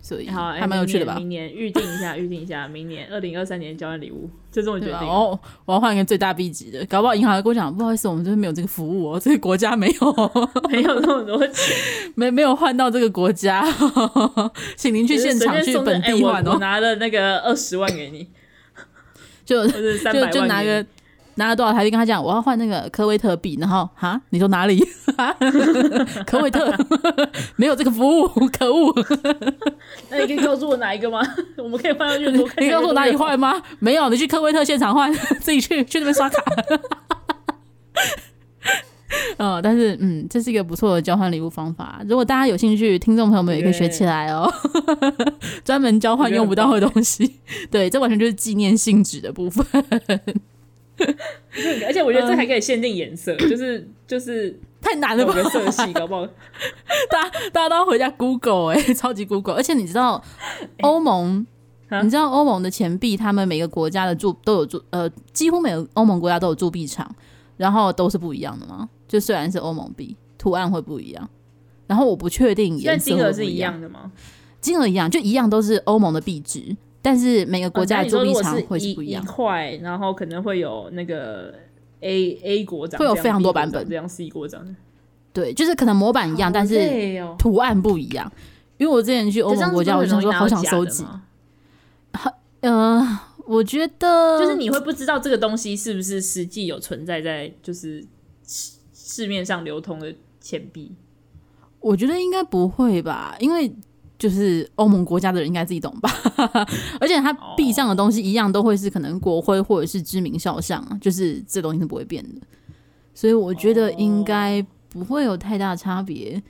所以
啊好，哎
还蛮有趣的吧？
明年明年预定一下，预定一下，明年二零二三年交换礼物，就这么决
对
定
吧？
了。
哦，我要换一个最大 B 级的，搞不好银行还跟我讲，不好意思，我们这边没有这个服务哦，这个国家没有，
没有那么多钱，
没没有换到这个国家， 请您去
就是
现
随
场
便
去
送
本
的哎
地换
我我
哦，
拿了那个二十万给你，
就
或者三百
就
万
就拿
给你
个拿了多少台币跟他讲，我要换那个科威特币，然后哈，你说哪里？ 哈科威特 没有这个服务，可恶！
那你可以告诉我哪一个吗？ 我们可以换到越 多，看
你告诉我哪里
越多越好？
换吗？ 没有，你去科威特现场换， 自己去去那边刷卡。 嗯，但是嗯，这是一个不错的交换礼物方法。如果大家有兴趣，听众朋友们也可以学起来哦。 专门交换用不到的东西， 对，这完全就是纪念性质的部分。
而且我觉
嗯
得这还可以限定颜色，就是就是
太难了
某
吧？
个色系，搞不好
大家大家都要回家 Google 哎、 超级 Google。而且你知道欧盟，
啊
你知道欧盟的钱币，他们每个国家的铸都有铸呃，几乎每个欧盟国家都有铸币厂，然后都是不一样的吗？就虽然是欧盟币，图案会不一样。然后我不确定
但
颜色
金
会
额
不
是
一
一
样，
样的吗？
金额一样，就一样都是欧盟的币值，但是每个国家
啊
的
那
铸币
你说如果
厂
是
会是
一
不一样
一。块，然后可能会有那个 A A 国长
会
这
有
样，
非常多
B 国
版
长
本
这样 C 国长
对，就是可能模板一样，但是
对哦，
图案不一样。因为我之前去欧
可这样
盟国
子
家，
不
我
是
就
很
想
容易
说
拿
好
到
想
假
收
的
集。
吗
呃，我觉得
就是你会不知道这个东西是不是实际有存在在就是市市面上流通的钱币。
我觉得应该不会吧，因为就是欧盟国家的人应该自己懂吧。 而且它币上的东西一样都会是可能国徽或者是知名肖像啊，就是这东西是不会变的。所以我觉得应该不会有太大差别。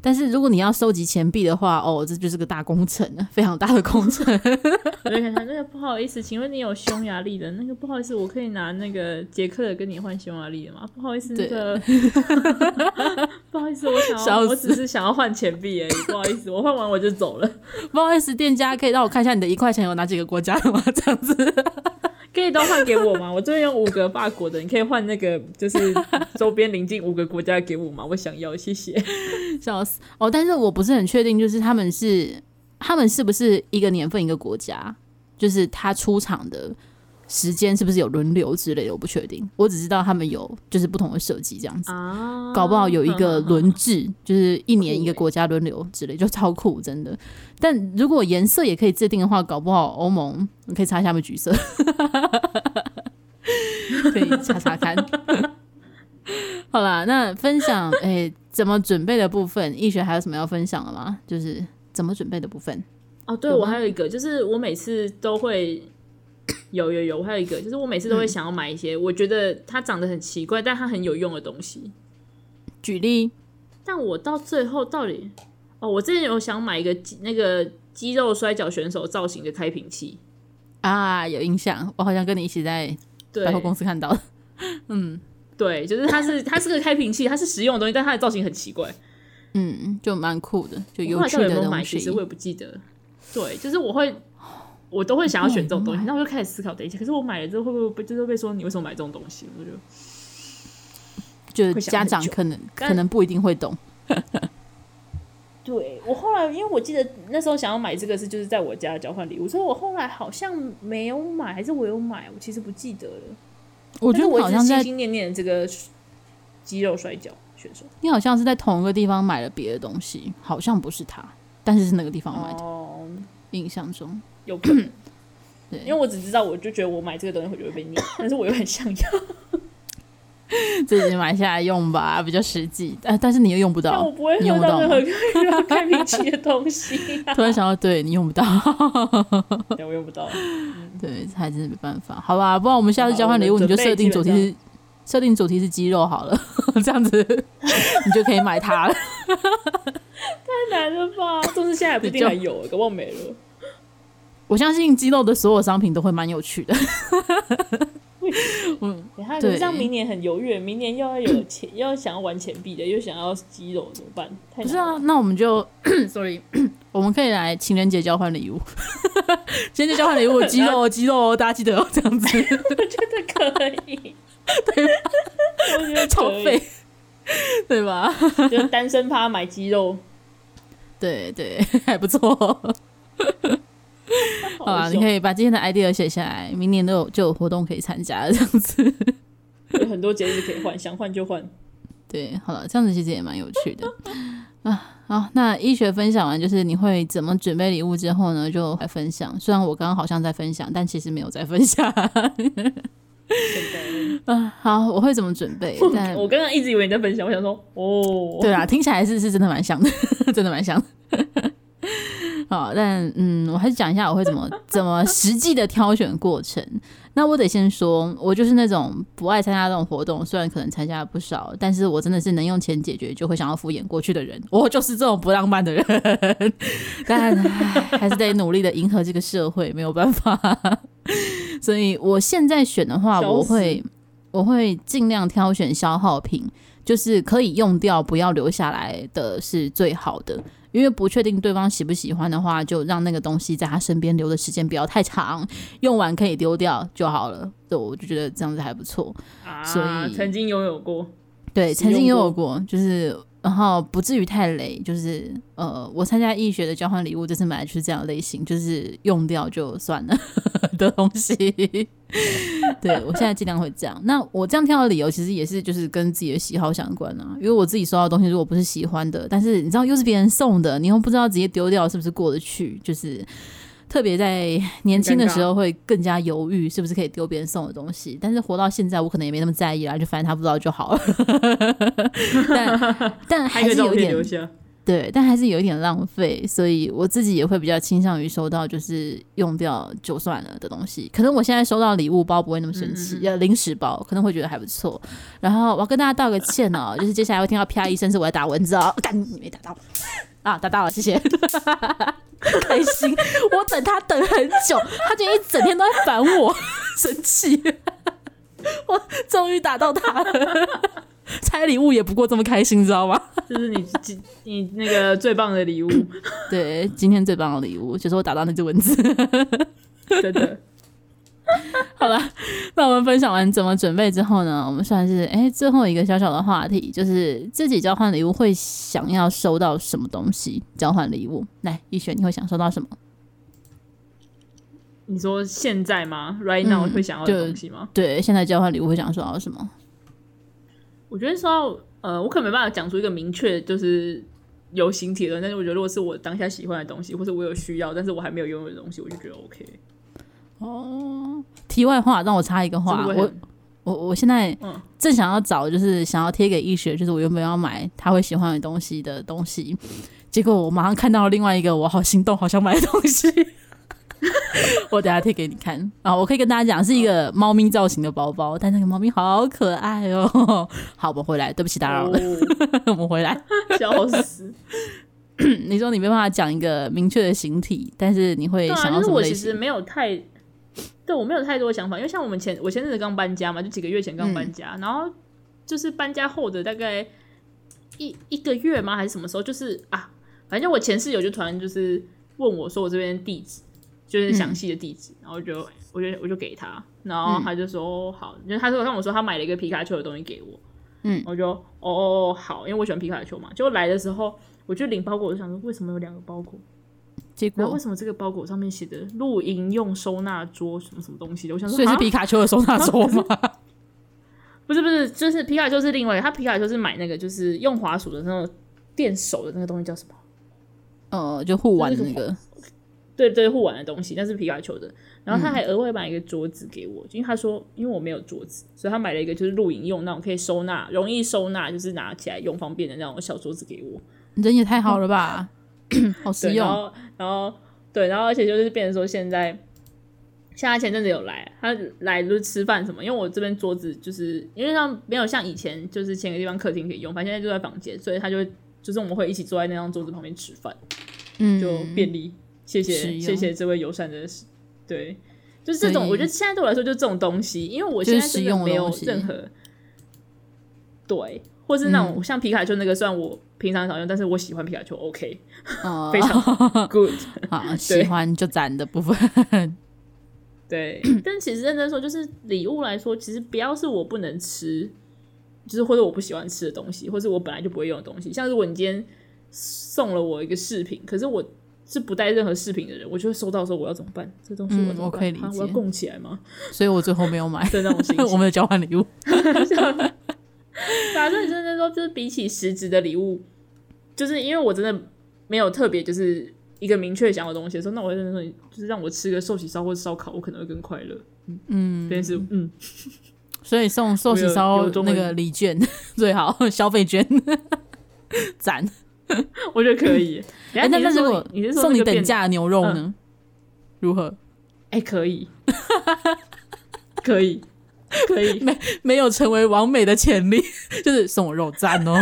但是如果你要收集钱币的话，哦，这就是个大工程啊，非常大的工程。
我就想想，那个不好意思，请问你有匈牙利的那个？不好意思，我可以拿那个捷克的跟你换匈牙利的吗？不好意思，那
对
个 不好意思，我想要，
笑死
我只是想要换钱币而已。不好意思，我换完我就走了。
不好意思，店家可以让我看一下你的一块钱有哪几个国家的吗？这样子。
可以都换给我吗？我这边有五个法国的，你可以换那个就是周边邻近五个国家给我吗？我想要，谢谢。
笑死哦！但是我不是很确定，就是他们是他们是不是一个年份一个国家，就是他出场的时间是不是有轮流之类的，我不确定。我只知道他们有就是不同的设计这样子，
啊
搞不好有一个
嗯
轮制，就是一年
欸
一个国家轮流之类，就超酷，真的。但如果颜色也可以制定的话，搞不好欧盟我可以查一下他们橘色， 可以查查看。 好啦，那分享诶、怎么准备的部分，易学还有什么要分享的吗？就是怎么准备的部分。
哦，对，
有
我
吗
还有一个，就是我每次都会有有有，我还有一个，就是我每次都
嗯
会想要买一些，我觉得它长得很奇怪，但它很有用的东西。
举例，
但我到最后到底，哦，我之前有想买一个肌那个肌肉摔跤选手造型的开瓶器，
啊，有印象，我好像跟你一起在
对
百货公司看到的。
对，就是它是它是个开瓶器，它是实用的东西，但它的造型很奇怪。
嗯，就蛮酷的，就
我
有
后来
趣
到底有没
的
有
东
买，其
西
实。我也不记得。对，就是我会。我都会想要选这种东西，
买
那我就开始思考，等一下，可是我买了之后会不会就是被说你为什么买这种东西？我就
就
会想
家
很
长
久
可能
但
可能不一定会懂。
对我后来，因为我记得那时候想要买这个是就是在我家的交换礼物，所以我后来好像没有买，还是我有买，我其实不记得了。
我觉得
但是我
好像
一直心
在
心念念这个肌肉摔跤选手。
你好像是在同一个地方买了别的东西，好像不是它，但是是那个地方买的。
哦，
印象中，
有可能
对，
因为我只知道，我就觉得我买这个东西我就会被念，但是我又很想要。
自己买下来用吧，比较实际。但但是你又用不
但
到
我，不会
你用
喝
不到
到任
吗
何？可以让开瓶器的东西、啊
突然想到，对你用不到，
对，我用不到。
对，还真是没办法。好吧，不然我们下次交换礼物，
好我
你
们
就
准备
设定主题
基
是设定主题是鸡肉好了， 这样子 你就可以买它了。
太难了吧？总是现在也不一定还有，搞不好没了。
我相信鸡肉的所有商品都会蛮有趣的。
你看，
对
可是这样明年很犹豫，明年又要有钱，又要想要玩钱币的，又想要肌肉，怎么办？太
不是
难了。
啊，那我们就 ，sorry，我们可以来情人节交换礼物， 情人节交换礼物，鸡肉哦鸡肉哦，大家记得哦，这样子
我觉得可 以，我觉得
超啊
可
费
以，，
对吧？
就是单身趴买肌肉。
对对， 还不错。
好
好啦，啊
凶
你可以把今天的 idea 写下来，明年都有就有活动可以参加了，这样 子。
有很多节日可以换，想换就换。
对，好了，这样子其实也蛮有趣的 啊。好，那医学分享完，就是你会怎么准备礼物之后呢，就来分享。虽然我刚刚好像在分享，但其实没有在分享。
真的
啊，好，我会怎么准 备？但
我刚刚一直以为你在分享，我想说，哦，
对啊，听起来是是真的蛮像的， 真的蛮像的。 好，但嗯，我还是讲一下我会怎么怎么实际的挑选过程。那我得先说，我就是那种不爱参加这种活动，虽然可能参加了不少，但是我真的是能用钱解决，就会想要敷衍过去的人。我就是这种不浪漫的人， 但唉还是得努力的迎合这个社会，没有办法。 所以我现在选的话，
笑
我
死
会我会尽量挑选消耗品，就是可以用掉不要留下来的是最好的。因为不确定对方喜不喜欢的话，就让那个东西在他身边留的时间不要太长，用完可以丢掉就好了。对，我就觉得这样子还不错。所
啊，
以
曾经拥有过，
对，
使
曾经也
用
有过，就是然后不至于太累，就是呃，我参加医学的交换礼物，这次买的就是这样的类型，就是用掉就算了的东西。 对我现在尽量会这样。那我这样挑的理由，其实也是就是跟自己的喜好相关啊，因为我自己收到的东西如果不是喜欢的，但是你知道又是别人送的，你又不知道直接丢掉是不是过得去，就是。特别在年轻的时候会更加犹豫，是不是可以丢别人送的东西。但是活到现在，我可能也没那么在意啦，就反正他不知道就好了。 但但还
还可以
是
照
有
片
点
留下。
对，但还是有一点浪费，所以我自己也会比较倾向于收到就是用掉就算了的东西。可能我现在收到礼物包不会那么生气，呃、零食包可能会觉得还不错。然后我要跟大家道个歉哦，就是接下来会听到啪一声是我在打蚊子哦，干你没打到啊，打到了，谢谢。 开心，我等他等很久，他就一整天都在烦我，生气。 我终于打到他了，拆礼物也不过这么开心，你知道吗？
这是你你你那个最棒的 礼物，
对，今天最棒的礼物就是我打到那只蚊子。
真的。
好了，那我们分享完怎么准备之后呢，我们算是哎、最后一个小小的话题，就是自己交换礼物会想要收到什么东西？交换礼物，来一璇，你会想收到什么？
你说现在吗？Right now
嗯
会想要
就
的东西吗？
对，现在交换礼物会想收到什么？
我觉得说到呃，我可能没办法讲出一个明确就是有形体的，但是我觉得如果是我当下喜欢的东西，或者我有需要，但是我还没有拥有的东西，我就觉得 OK。
哦，题外话，让我插一个
这
话，
个会
我
很
我我现在
嗯
正想要找，就是想要贴给易学，就是我原本要买他会喜欢的东西的东西，结果我马上看到另外一个我好心动、好想买的东西， 我等一下贴给你看啊！我可以跟大家讲，是一个猫咪造型的包包，但那个猫咪好可爱哦。 好，我们回来，对不起打扰了，
哦，
我们回来。
笑死！
你说你没办法讲一个明确的形体，但是你会
对啊，
想要
就是
什么
我
类
其实
型？
没有太，对我没有太多想法，因为像我们前我前阵子刚搬家嘛，就几个月前刚
嗯
搬家，然后就是搬家后的大概一一个月吗？还是什么时候？就是啊，反正我前室友就突然就是问我说我这边地址，
嗯
就是详细的地址，然后就我就我就给他，然后
嗯
他就说、好，就是他说跟我说他买了一个皮卡丘的东西给我，
嗯
我就哦哦哦好，因为我喜欢皮卡丘嘛，结果来的时候。我就领包裹，我就想说为什么有两个包裹？
结
然后
果
为什么这个包裹上面写的露营用收纳桌什么什么东西的？我想说，
所以是
哈
皮卡丘的收纳桌 吗？
不是不是，就是皮卡丘是另外一个，他皮卡丘是买那个就是用滑鼠的那种电手的那个东西叫什么？
呃，就互玩的那个，
对对对护腕的东西，那是皮卡丘的。
嗯
然后他还额外买一个桌子给我，因为他说因为我没有桌子，所以他买了一个就是露营用那种可以收纳、容易收纳，就是拿起来用方便的那种小桌子给我。
你人也太好了吧， 好实
嗯对，然
用。
后然后对，然后而且就是变成说现在，像他前阵子有来，他来就是吃饭什么，因为我这边桌子就是因为像没有像以前就是前个地方客厅可以用，反正现在就在房间，所以他就会就是我们会一起坐在那张桌子旁边吃饭，
嗯，
就便利。谢
实
谢
用
谢谢这位友善的，对，就是这
所
种，
以
我觉得现在对我来说就这种东西，因为我
就
现
是
在真
实
的
用的
没有
东西
任何对，或是那种、
嗯
像皮卡丘那个，虽然我平常少用，但是我喜欢皮卡丘，OK，
哦
非常 good。
好，喜欢就攒的部分。
对， 但其实认真说，就是礼物来说，其实不要是我不能吃，就是或者我不喜欢吃的东西，或是我本来就不会用的东西。像如果你今天送了我一个饰品，可是我是不带任何饰品的人，我就会收到说我要怎么办？这东西我要
嗯
怎么
我可以
办
理
啊我要
解
供起来吗？
所以我最后没有买
的那种 心
我
情。
们的交换礼物。
打算啊认真说，就是比起实质的礼物，就是因为我真的没有特别就是一个明确想要的东西的时候，那我会认真说，你就是让我吃个寿喜烧或者烧烤，我可能会更快乐。
嗯
这，件事，嗯，
所以送寿喜
我
烧
有有中
那
文
个礼券 最好，消费券 攒。
我觉得可以。哎
哎，那那如
说
果
你是说
送你
那个嗯
等
便
价的牛肉呢？如何？
哎、可以， 可以，可以，
没有成为完美的潜力， 就是送我肉赞哦，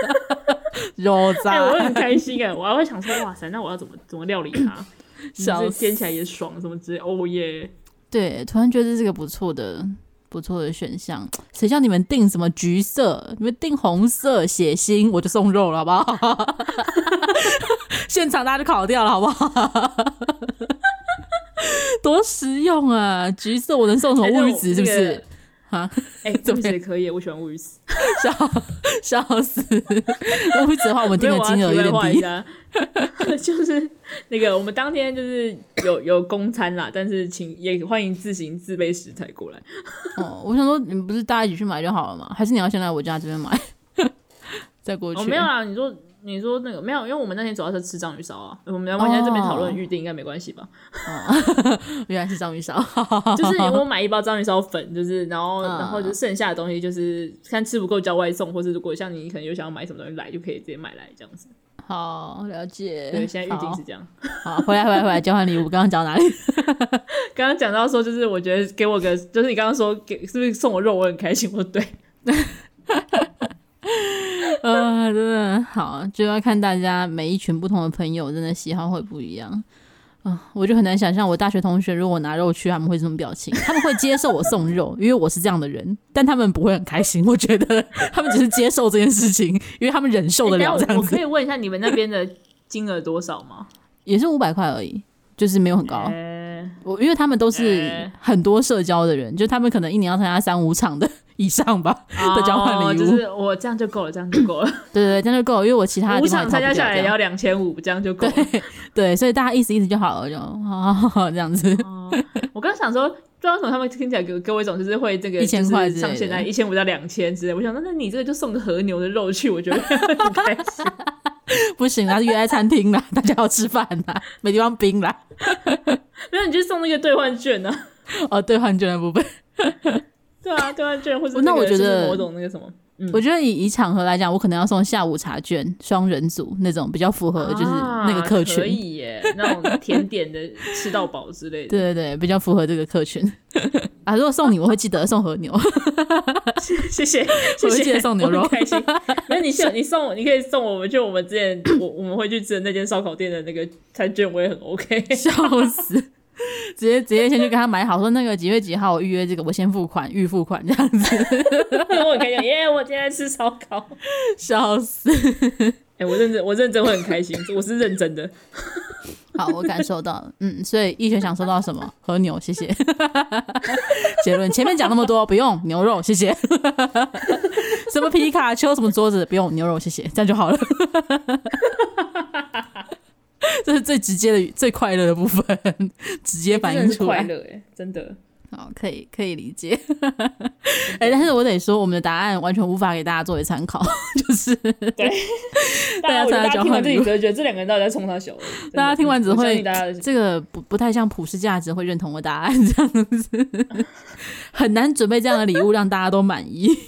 肉
哎、我
赞
很开心哎，我还会想说，哇塞，那我要怎么怎么料理 它？
笑
这
死。
煎起来也爽，什么之类，哦耶！
对，突然觉得这是个不错的、不错的选项。谁叫你们定什么橘色？你们定红色血腥，我就送肉了，好不好？ 现场大家就烤掉了，好不好？ 多实用啊！橘色我能送什么
哎
乌鱼子？是不？
那我那
是
个？
啊，
哎、
怎
乌鱼
么
子
样
也可以，我喜欢乌鱼子。
笑笑死！乌鱼子的话，我们定的
没有，我要
金额
题
有
外话
点
一
低。
下， 就是那个我们当天就是有有公餐啦，但是请也欢迎自行自备食材过来。
哦，我想说，你们不是大家一起去买就好了吗？还是你要先来我家这边买， 再过去？
哦，没有啦，你说你说那个没有，因为我们那天主要是吃章鱼烧啊，我们我们现在这边讨论
哦
预定应该没关系吧？
原来是章鱼烧。
就是我买一包章鱼烧粉，就是然后
嗯
然后就剩下的东西就是看吃不够叫外送，或是如果像你可能有想要买什么东西来，就可以直接买来这样子。
好，了解。
对，现在预定
好
是这样。
好，回来回来回来，交换礼物。刚刚讲哪 里？
刚刚讲到说，就是我觉得给我个，就是你刚刚说给是不是送我肉，我很开心。我说对，
呃，真的好，就要看大家每一群不同的朋友，真的喜好会不一样。啊、我就很难想象我大学同学如果我拿肉去，他们会是什么表情？他们会接受我送肉， 因为我是这样的人，但他们不会很开心。我觉得 他们只是接受这件事情，因为他们忍受得
哎
了这
等一下我
样
我可
子，
以问一下你们那边的金额多少 吗？
也是五百块而已，就是没有很高。
呃
我因为他们都是
哎
很多社交的人，就他们可能一年要参加三五场的 以上吧。的交换礼物
哦就是我这样就够了，这样就够了。
对对对，这样就够了，因为我其 他的
五
地方
场参加
也差不多
下来
这
也
样
要两千五，这样就够了。
对， 所以大家意思意思就好了，就哦 这样子。
哦，我刚想说，不知道为什么他们听起来给给我一种就是会这个
1000块
就是
之类的
上限啊在一千五到两千之类。我想说，那你这个就送个和牛的肉去，我觉得很开 心。
不行啦，是约在餐厅啦，大家要吃饭啦，没地方冰啦。
没有，你就送那个兑换券呢、啊？
哦，兑换券的部 分，
对啊，兑换券或者、
那我觉得
某种那个什么，嗯
我觉得以以场合来讲，我可能要送下午茶券、双人组那种比较符合就是那个客
啊啊、可
群。
以耶，那种甜点的吃到饱之类的。
对对对，比较符合这个客群 啊！如果送你，我会记得送和 牛。
谢谢，谢
会记
谢，
得送牛肉
我很 开心。那你送你送我，你可以送我们就我们之前我我们会去吃的那间烧烤店的那个餐券，我也很 OK。
笑死！直接直接先去跟他买好，说那个几月几号我预约这个，我先付款，预付款这样子，
我很开心，耶！我今天在吃烧烤。
笑死！
哎、我认真，我认真会很开心，我是认真的。
好，我感受到了，嗯，所以医学想收到什么？ 和牛，谢谢。结论前面讲那么多，不用牛肉，谢谢。 什么皮卡丘，什么桌子，不用牛肉，谢谢，这样就好了。 这是最直接的、最快乐的部分，直接反映
真的是
出来。
快乐哎，真的。
好，可以可以理解。 哎、但是我得说，我们的答案完全无法给大家作为参考，就是
大
大家
家
参加
我觉得大家听完
交换
这里
礼物
只会觉得这两个人到底在冲他小而已，真的
大家听完只
我相
会
信大家的
这个不不太像普世价值会认同我答案 这样子，很难准备这样的礼物让大家都满意。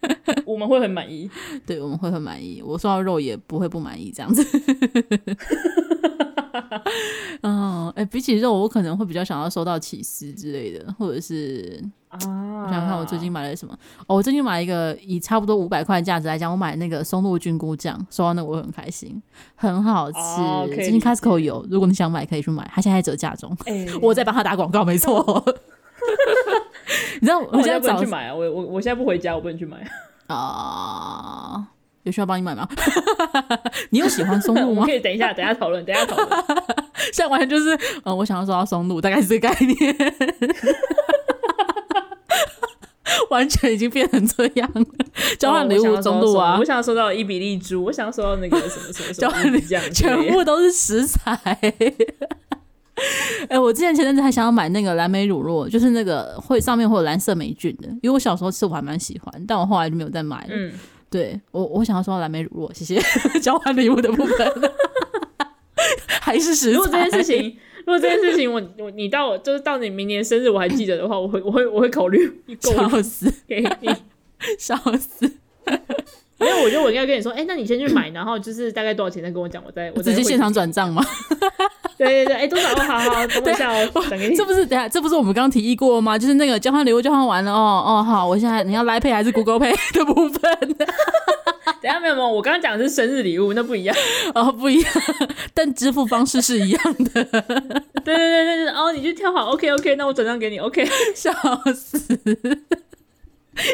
我们会很满意。
对，我们会很满意。我说到肉也不会不满意这样子。 嗯，哎、比起肉，我可能会比较想要收到起司之类的，或者是
啊！
我
我
想想看我最近买了什么。哦，我最近买了一个以差不多五百块的价值来讲，我买那个松露菌菇酱，收到那个我会很开心，很好吃。
哦可以
最
理
近
解
Costco 有，如果你想买可以去买，它现在折价中。
哎，
我在帮他打广告，没 错。你知道我
那我
现在
现在不能
早
去买啊！我我我现在不回家，我不能去 买。
啊、有需要帮你买吗？ 你有喜欢松
我
露
们
吗
可？以等一下，等一下讨论，等一下讨论。
现在完全就是，嗯、我想要收到松露，大概是这个概念。 完全已经变成这样了， 交换礼
哦我想
物
要收
松
到
露啊
我，想要收到伊比利猪，我想要收到那个什么什么什
交
么
换
乌
礼
鱼酱之类的，
全部都是食材。 哎、我之前前阵子还想要买那个蓝莓乳酪，就是那个会上面会有蓝色霉菌的，因为我小时候吃我还蛮喜欢，但我后来就没有再买了。
嗯，
对我，我想要说蓝莓乳酪，谢 谢交换礼物的部分， 还是食材。
如果这件 事情，如果这件事情我，我你到我就是到你明年生日我还记得的话，我会我会我会考虑购物
笑死，
给你。
笑死，
没有，我觉得我应该跟你说，哎、那你先去买，然后就是大概多少钱再跟我讲，我再我再
直接
汇
现场
给
转账吗？
你。对对对，哎、多少？哦好好，等我一下哦，转给你
啊这。不是等下，这不是我们刚刚提议过吗？就是那个交换礼物交换完了哦哦，好，我现在你要来配还是 Google Pay 的部分？
等一下没有没有，我刚刚讲的是生日礼物，那不一样。
哦，不一样，但支付方式是一样的，
对对对对对，哦，你去挑好，OK OK，那我转账给你，OK。
笑死，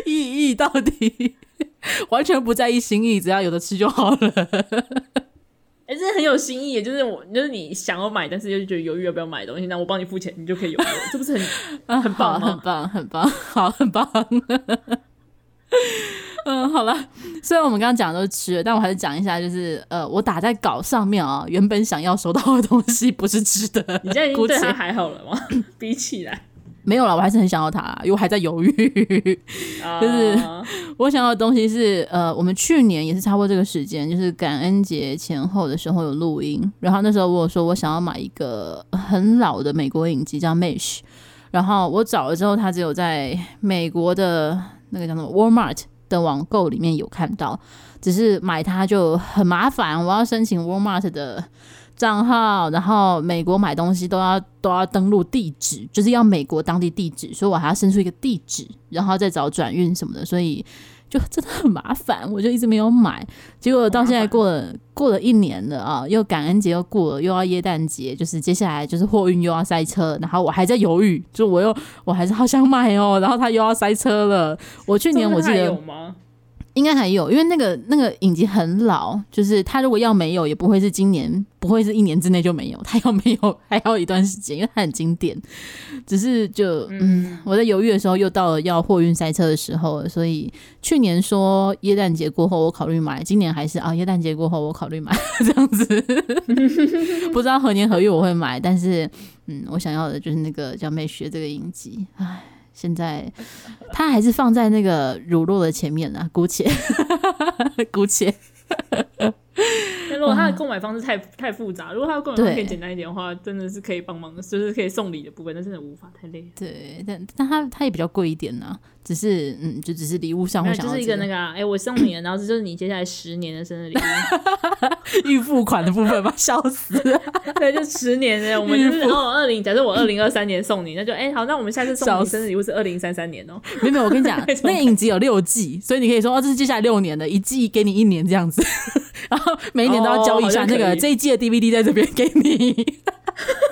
意义到底 完全不在意心意，只要有的吃就好了。
哎、这很有新意，就是我就是你想要买，但是又觉得犹豫要不要买的东西，那我帮你付钱，你就可以有了，这不是很
啊，
很棒
好
吗
很棒，很棒，好，很棒。嗯，好了，虽然我们刚刚讲的都是吃的，但我还是讲一下，就是呃，我打在稿上面啊、原本想要收到的东西不是吃的，
你现在已经
姑且
对他还好了吗？ 比起来，
没有了，我还是很想要它，因为我还在犹豫。
啊
就是我想要的东西是，呃，我们去年也是差不多这个时间，就是感恩节前后的时候有录音，然后那时候我有说我想要买一个很老的美国影集叫《Mesh》，然后我找了之后，它只有在美国的那个叫什么 Walmart 的网购里面有看到，只是买它就很麻烦，我要申请 Walmart 的。账号，然后美国买东西都要都要登录地址，就是要美国当地地址，所以我还要伸出一个地址，然后再找转运什么的，所以就真的很麻烦，我就一直没有买。结果到现在过了过了一年了啊，又感恩节又过了，又要耶诞节，就是接下来就是货运又要塞车，然后我还在犹豫，就我又我还是好想买哦，然后它又要塞车了。我 去年我记
这
得
个还有吗？
应该还有，因为那个那个影集很老，就是他如果要没有，也不会是今年，不会是一年之内就没有，他要没有还要一段时间，因为它很经典。只是就嗯，我在犹豫的时候，又到了要货运塞车的时候了，所以去年说耶诞节过后我考虑买，今年还是啊耶诞节过后我考虑买这样子，不知道何年何月我会买，但是嗯，我想要的就是那个叫妹学这个影集，唉。现在它还是放在那个乳酪的前面啦，姑且 姑且
那如果他的购买方式太太复杂，如果他的购买方
嗯
式
对
可以简单一点的话，真的是可以帮忙，就是可以送礼的部分，但真的无法太累了。
对，但但它它也比较贵一点啦，只是嗯，就只是礼物上
没
会
有，
想
就
到、
是
这
一个那个啊，哎、我送你了，然后这就是你接下来十年的生日 礼物，
预付款的部分吧，笑死了，
对，就十年的，我们就是
孕妇
哦，二零，假设我二零二三年送你，那就哎、好，那我们下次送
笑
你
死
生日礼物是二零三三年哦，
没有没有，我跟你讲
那，种
那个影集有六季，所以你可以说哦，这是接下来六年的，一季给你一年这样子， 然后每一年都要交易一下
哦好像
那个、
可以
这一季的 DVD 在这边给你，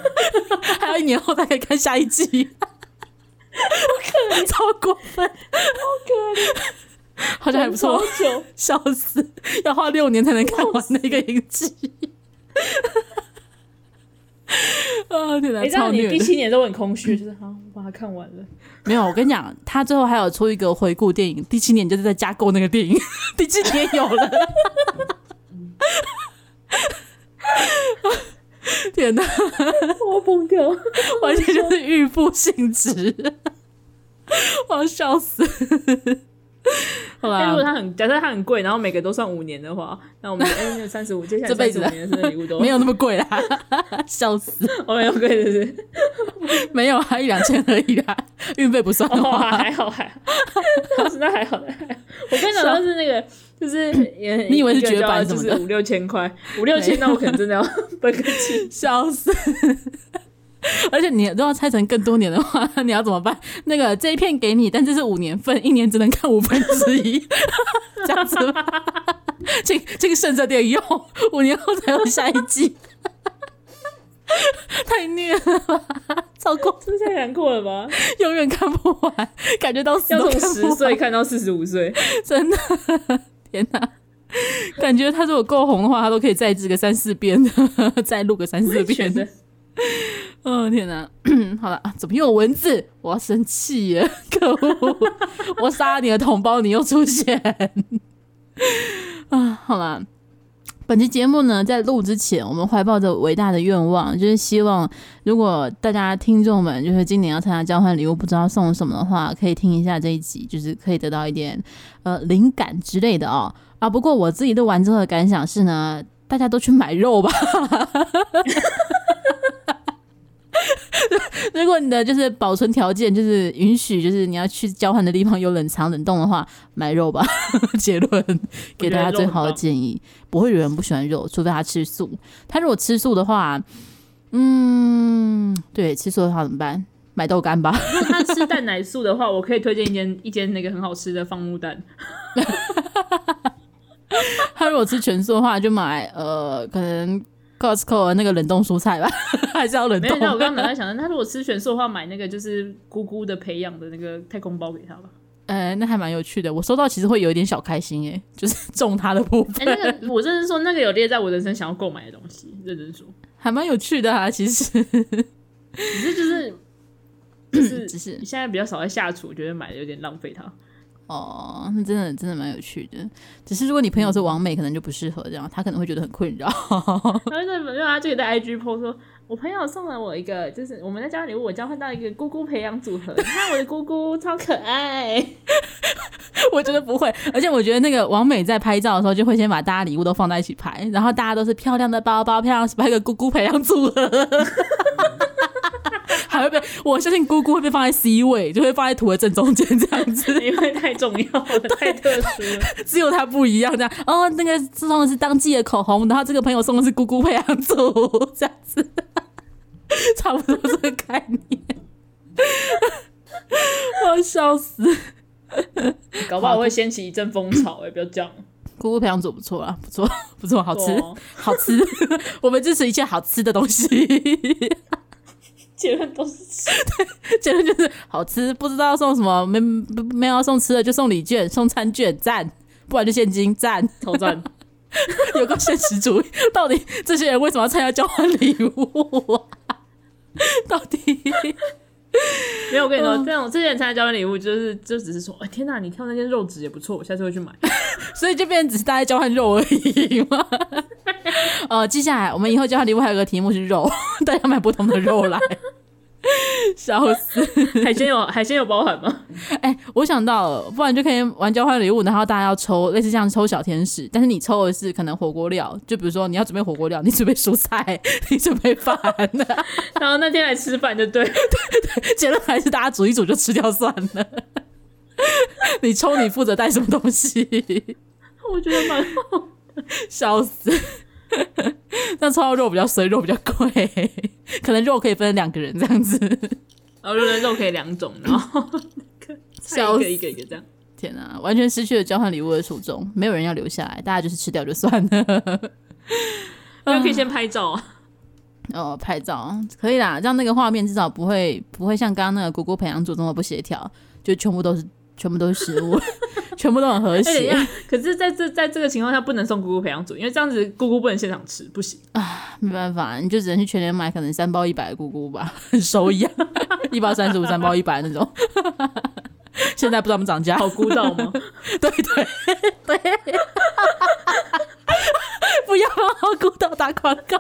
还有一年后再可以看下一季， 超过分，好可怜，好像还不错
超， 久，
笑死，要花六年才能看完那个影集。 啊天哪，
哎、这
超
样你
虐
第
的！
七年都很空虚，就是好，我把它看完了。
没有，我跟你讲，他最后还有出一个回顾电影，第七年就是在加购那个电影， 第七年有了。 天哪，
我要崩掉，
完全就是预付性质， 我要笑死。好
但哎如
啦
果，它很，假设它很贵，然后每个都算五年的话，那我们哎，那三十五，接下来
这辈
三
子的
十五年的生日礼物都
没有那么贵啦，笑死，
哦，没有贵，是不是？
没有啊，一两千而已啦，运费不算的
哦，
话。
还好 还好，那还好的。还好我跟你讲，
是啊
就是那个，就是 也
你以为是
一个就
绝版
要
什
就
么
是
的
五六千块，五六千，那我可能真的要 分个期。
笑死！ 而且你都要拆成更多年的话，你要怎么办？那个这一片给你，但这是五年份，一年只能看五分之一， 这样子吗？请请省着点用，五年后才有下一季。 太虐了吧！超过
这太难过了 吧？
永远看不完，感觉到死
要
都
从
看不
十
完
岁看到四十五岁，
真的，天哪！感觉他如果够红的话，他都可以再制个三四遍， 再录个三四遍
觉得
哦天哪！ 好了啊，怎么又有文字？我要生气耶！ 可恶！我杀了你的同胞，你又出现 啊！好啦，本期节目呢，在录之前，我们怀抱着伟大的愿望，就是希望如果大家听众们就是今年要参加交换礼物，不知道送什么的话，可以听一下这一集，就是可以得到一点呃灵感之类的哦。啊，不过我自己录完之后的感想是呢，大家都去买肉吧。 如果你的就是保存条件就是允许，就是你要去交换的地方有冷藏冷冻的话，买肉吧。 结论给大家最好的建议，不会有人不喜欢肉，除非他吃素。他如果吃素的话，嗯，对，吃素的话怎么办？买豆干吧。
如果他吃蛋奶素的话，我可以推荐一间一间那个很好吃的放牧蛋，
他如果吃全素的话，就买呃，可能 Costco 的那个冷冻蔬菜吧， 还是要冷
没
冻
有，。那我刚刚本来想，他如果吃选素的话，买那个就是姑姑的培养的那个太空包给他吧。
呃，那还蛮有趣的。我收到其实会有一点小开心诶、 就是中他的部
哎、
分，
那个我认真说，那个有列在我人生想要购买的东西，认真说，
还蛮有趣的啊。其实
只是就是就是
只是
现在比较少在下厨，我觉得买的有点浪费 它。
哦，那真的真的蛮有趣的。只是如果你朋
嗯
友是完美，可能就不适合这样，他可能会觉得很困扰。
然后那没有啊，就在 IG po 说，我朋友送了我一个，就是我们在家礼物，我交换到一个姑姑培养组合，你 看我的姑姑超可爱，
我觉得不会，而且我觉得那个王美在拍照的时候，就会先把大家礼物都放在一起拍，然后大家都是漂亮的包包、漂亮十八个姑姑培养组合， 还会被我相信姑姑会被放在 C 位，就会放在图的正中间这样子，
因为太重要了，太特殊了。
只有她不一样这样。哦，那个送的是当季的口红，然后这个朋友送的是姑姑培养组这样子， 差不多这个概念。 我要笑死！
搞不好会掀起一阵风潮、哎，不要这样，
姑姑培养组不错啊，不错，不错，好吃。
对哦
好吃， 我们支持一切好吃的东西。
结论都是吃
结论就是好吃，不知道送什么，没不没有要送吃的就送礼券、送餐券，赞；不然就现金，赞。
挑战。
有个现实主义，到底这些人为什么要参加交换礼物、啊？ 到底
没有，我跟你说，
嗯
这种之前参加交换礼物，就是就只是说，哎、天哪，你挑那件肉质也不错，我下次会去买。
所以就变成只是大家交换肉而已吗？ 呃，接下来我们以后交换礼物还有个题目是肉， 大家买不同的肉来， 笑死。
海鲜有海鲜有包含吗？
哎、我想到了，不然就可以玩交换礼物，然后大家要抽类似像抽小天使，但是你抽的是可能火锅料，就比如说你要准备火锅料，你准备蔬菜， 你准备饭，啊
然后那天来吃饭就对，
结论还是大家煮一煮就吃掉算了。 你抽你负责带什么东西，
我觉得蛮好。
笑死！但抽到肉比较衰，肉比较贵，可能肉可以分两个人这样子。
然后肉肉可以两种，然后
笑死
一个一个一个这样。
天啊，完全失去了交换礼物的初衷，没有人要留下来，大家就是吃掉就算了。
那可以先拍照啊，
哦，拍照可以啦，让那个画面至少不会不会像刚刚那个姑姑培养组这么不协调，就全部都是全部都是食物，全部都很和
而且
谐、
要，可是在这在这个情况下不能送姑姑培养组，因为这样子姑姑不能现场吃，不行。
没办法，你就只能去全联买可能三包一百的姑姑吧，很熟一样，一包三十五，三包一百那种。现在不知道我们涨 价，
好孤道吗？
对对对，不不要帮好古董打广告，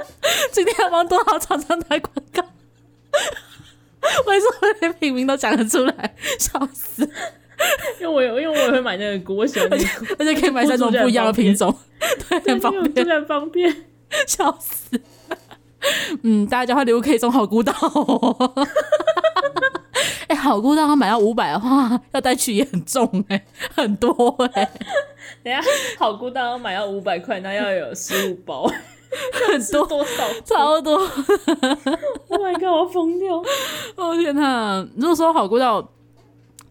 今天要帮多好厂商打广告。为什么连品名都讲得出来？笑死！
因为我有，因为我也会买那个菇，我喜欢 那个菇，
而且可以买三种不一样的品种， 对，很方
对
便
因，为很方便。
笑死。嗯，大家交换礼物可以送好孤岛、哦。哎、好孤岛要买到五百的话，要带去也很重哎、很多哎、
等一下好菇当然买要五百块，那要有十五包，
很
是
多
多少
超多。
？Oh my god，我要疯掉！
哦天呐！如果说好孤岛，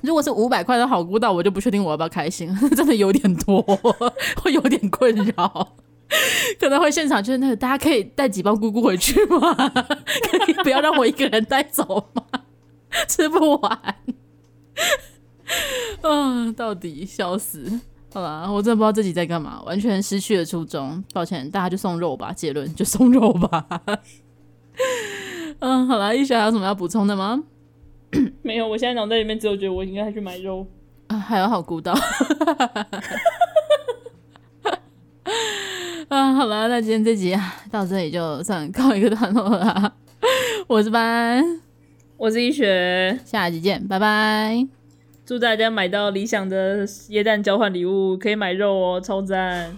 如果是五百块的好孤岛，我就不确定我要不要开心， 真的有点多， 会有点困扰。可能会现场就是那个，大家可以带几包姑姑回去吗？ 可以不要让我一个人带走吗？ 吃不完。 嗯、到底笑死。好啦，我真的不知道自己在干嘛，完全失去了初衷。抱歉，大家就送肉吧，结论就送肉吧。 嗯，好啦，一璇还有什么要补充的吗？
没有，我现在脑袋里面只有觉得我应该去买肉。
啊，还有好孤岛。 啊，好了，那今天这集啊到这里就算告一个段落了啊。我是班，
我是一学，
下集见，拜拜。
祝大家买到理想的耶诞交换礼物，可以买肉哦，超赞！